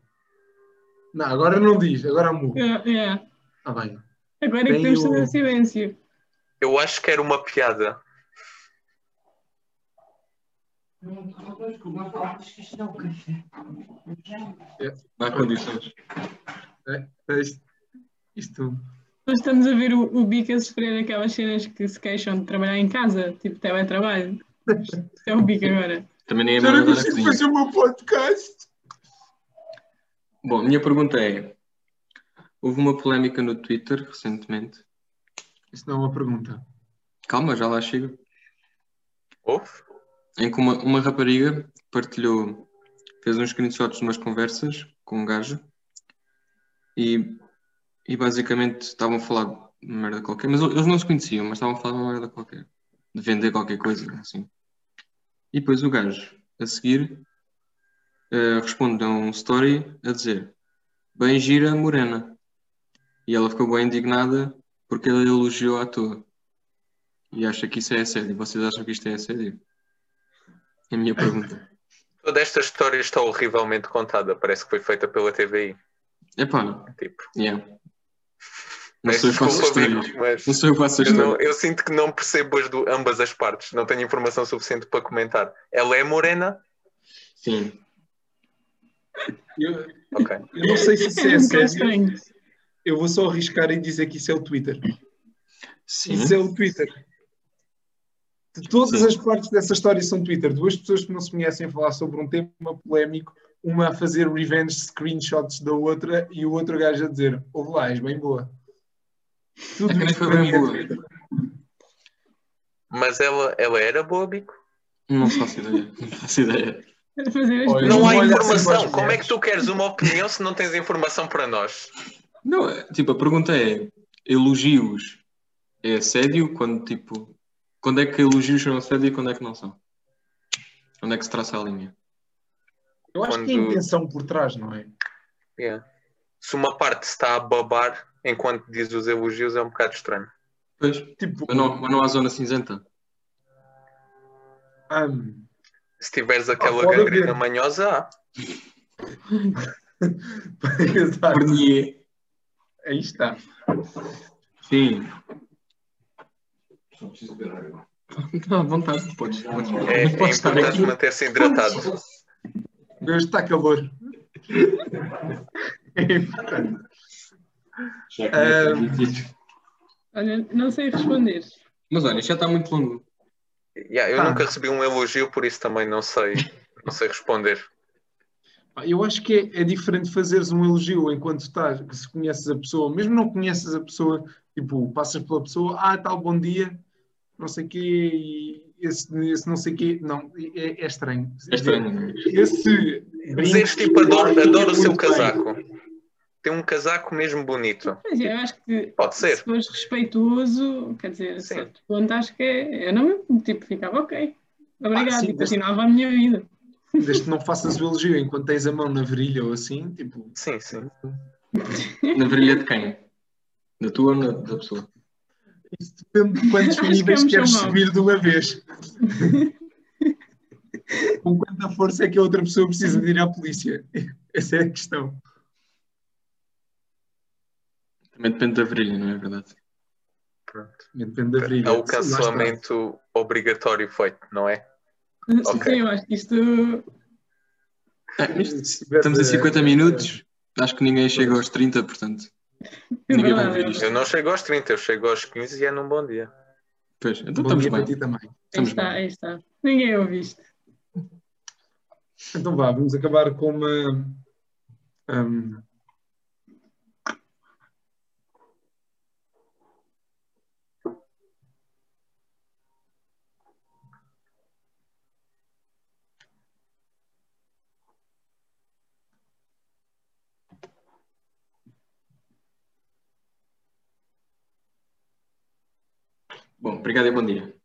Speaker 2: Não, agora não diz, agora amor.
Speaker 1: Ah, yeah.
Speaker 2: Está bem.
Speaker 1: Agora é que
Speaker 2: Bem,
Speaker 1: temos
Speaker 2: o-
Speaker 1: todo o silêncio.
Speaker 4: Eu acho que era uma piada.
Speaker 6: Desculpa, acho um, que isto é o café.
Speaker 5: Não há condições.
Speaker 2: Isto, isto-
Speaker 1: Nós estamos a ver o, o Bico a sofrer aquelas cenas que se queixam de trabalhar em casa, tipo teletrabalho. Isto é o Bico agora.
Speaker 5: Também nem é
Speaker 2: Já não
Speaker 5: melhor dar a
Speaker 2: consigo
Speaker 5: cozinha.
Speaker 2: fazer o meu podcast.
Speaker 5: Bom, a minha pergunta é: houve uma polémica no Twitter recentemente.
Speaker 2: Isto não é uma pergunta.
Speaker 5: Calma, já lá chego.
Speaker 4: Houve?
Speaker 5: Em que uma, uma rapariga partilhou, fez uns screenshots de umas conversas com um gajo e, e basicamente estavam a falar de uma merda qualquer, mas eles não se conheciam, mas estavam a falar de uma merda qualquer, de vender qualquer coisa, assim. E depois o gajo A seguir, eh, responde a um story a dizer bem gira morena. E ela ficou bem indignada porque ele elogiou à toa. E acha que isso é assédio. Vocês acham que isto é assédio? É a minha pergunta.
Speaker 4: Toda esta história está horrivelmente contada. Parece que foi feita pela TVI.
Speaker 5: Epá,
Speaker 4: Tipo,
Speaker 5: yeah. Não
Speaker 4: peço
Speaker 5: sou eu que faço a
Speaker 4: desculpa,
Speaker 5: história.
Speaker 4: amigos, mas
Speaker 5: Não sou eu que faço a
Speaker 4: eu, não-
Speaker 5: história.
Speaker 4: eu sinto que não percebo as du- ambas as partes. Não tenho informação suficiente para comentar. Ela é morena?
Speaker 5: Sim.
Speaker 2: Eu,
Speaker 4: Ok.
Speaker 2: eu não sei se isso é
Speaker 1: É um bocado
Speaker 2: assédio.
Speaker 1: estranho.
Speaker 2: Eu vou só arriscar e dizer que isso é o Twitter.
Speaker 5: Sim.
Speaker 2: Isso é o Twitter. De todas
Speaker 5: Sim.
Speaker 2: as partes dessa história são Twitter. Duas pessoas que não se conhecem a falar sobre um tema polémico, uma a fazer revenge screenshots da outra e o outro gajo a dizer: Ouve lá, és bem boa. Tudo
Speaker 5: É que nem
Speaker 2: isto
Speaker 5: foi
Speaker 2: para
Speaker 5: bem
Speaker 2: mim é
Speaker 5: boa.
Speaker 2: Twitter.
Speaker 4: Mas ela, ela era boa, Bico?
Speaker 5: Não faço ideia. Não faço ideia.
Speaker 1: Quero fazer as
Speaker 2: Olha, Eu
Speaker 4: Não
Speaker 2: não
Speaker 4: há
Speaker 2: olho assim para
Speaker 4: informação.
Speaker 2: as
Speaker 4: Como é
Speaker 2: mulheres.
Speaker 4: que tu queres uma opinião se não tens informação para nós?
Speaker 5: Não, é, tipo, a pergunta é: elogios é assédio? Quando, tipo, quando é que elogios são assédio e quando é que não são? Onde é que se traça a linha?
Speaker 2: Eu acho que é a
Speaker 4: Quando-
Speaker 2: intenção por trás, não é?
Speaker 4: Yeah. Se uma parte está a babar enquanto diz os elogios, é um bocado estranho.
Speaker 5: Pois,
Speaker 2: Tipo,
Speaker 5: mas não, mas não há zona cinzenta.
Speaker 2: ah,
Speaker 4: Se tiveres aquela
Speaker 2: pode haver.
Speaker 4: gangrena manhosa, há.
Speaker 2: exato,
Speaker 5: Bernier.
Speaker 2: aí está.
Speaker 5: Sim. Não, à vontade, podes. podes.
Speaker 4: é, é
Speaker 5: Mas podes estar
Speaker 4: importante
Speaker 5: aqui.
Speaker 4: manter-se hidratado.
Speaker 2: Hoje está calor. É importante.
Speaker 5: Já
Speaker 2: Ah,
Speaker 5: que não é permitido.
Speaker 1: Olha, não sei responder.
Speaker 5: Mas olha, isto já está muito longo.
Speaker 4: Yeah, eu
Speaker 2: Ah.
Speaker 4: nunca recebi um elogio, por isso também não sei, não sei responder.
Speaker 2: Pá, Eu acho que é, é diferente fazeres um elogio enquanto estás, que se conheces a pessoa, mesmo não conheces a pessoa, tipo, passas pela pessoa, ah, tal, bom dia, não sei quê, e esse, esse não sei quê, não, é, é estranho.
Speaker 5: É estranho.
Speaker 2: Esse é
Speaker 4: Dizeres tipo, adoro, adoro o seu casaco. Tem um casaco mesmo bonito.
Speaker 1: Mas eu acho que
Speaker 4: Pode
Speaker 1: se
Speaker 4: ser.
Speaker 1: fores respeitoso, quer dizer,
Speaker 4: Sim.
Speaker 1: se eu te pergunto, acho que é. Eu não, tipo, ficava ok. Obrigado,
Speaker 2: Ah, sim,
Speaker 1: e
Speaker 2: mas-
Speaker 1: continuava a minha vida.
Speaker 2: Desde que não faças o elogio enquanto tens a mão na virilha ou assim, tipo,
Speaker 4: Sim, sim.
Speaker 5: Na virilha de quem? Da tua ou na- da pessoa?
Speaker 2: isso depende de quantos
Speaker 1: Acho que
Speaker 2: níveis
Speaker 1: é um
Speaker 2: queres
Speaker 1: chamado.
Speaker 2: subir de uma vez. Com quanta força é que a outra pessoa precisa de ir à polícia? Essa é a questão.
Speaker 5: Também depende da virilha, não é verdade?
Speaker 4: Pronto.
Speaker 2: Depende da
Speaker 4: É
Speaker 2: virilha.
Speaker 4: o cancelamento obrigatório feito, não é? Ok.
Speaker 1: Sim, eu acho que isto
Speaker 5: Ah, isto-
Speaker 2: eh,
Speaker 5: Estamos a 50 minutos, acho que ninguém chega aos 30, portanto. Ninguém vai ver isto.
Speaker 4: Eu não chego aos 30, eu chego aos 15 e é num bom dia.
Speaker 5: Pois, então
Speaker 2: Então, Bom
Speaker 5: estamos
Speaker 2: dia para ti
Speaker 5: bem.
Speaker 2: também.
Speaker 1: Aí
Speaker 5: Estamos
Speaker 1: está,
Speaker 5: bem.
Speaker 1: aí está. Ninguém ouve isto.
Speaker 2: Então vá, vamos acabar com uma. hum,
Speaker 5: Bom, obrigado e bom dia.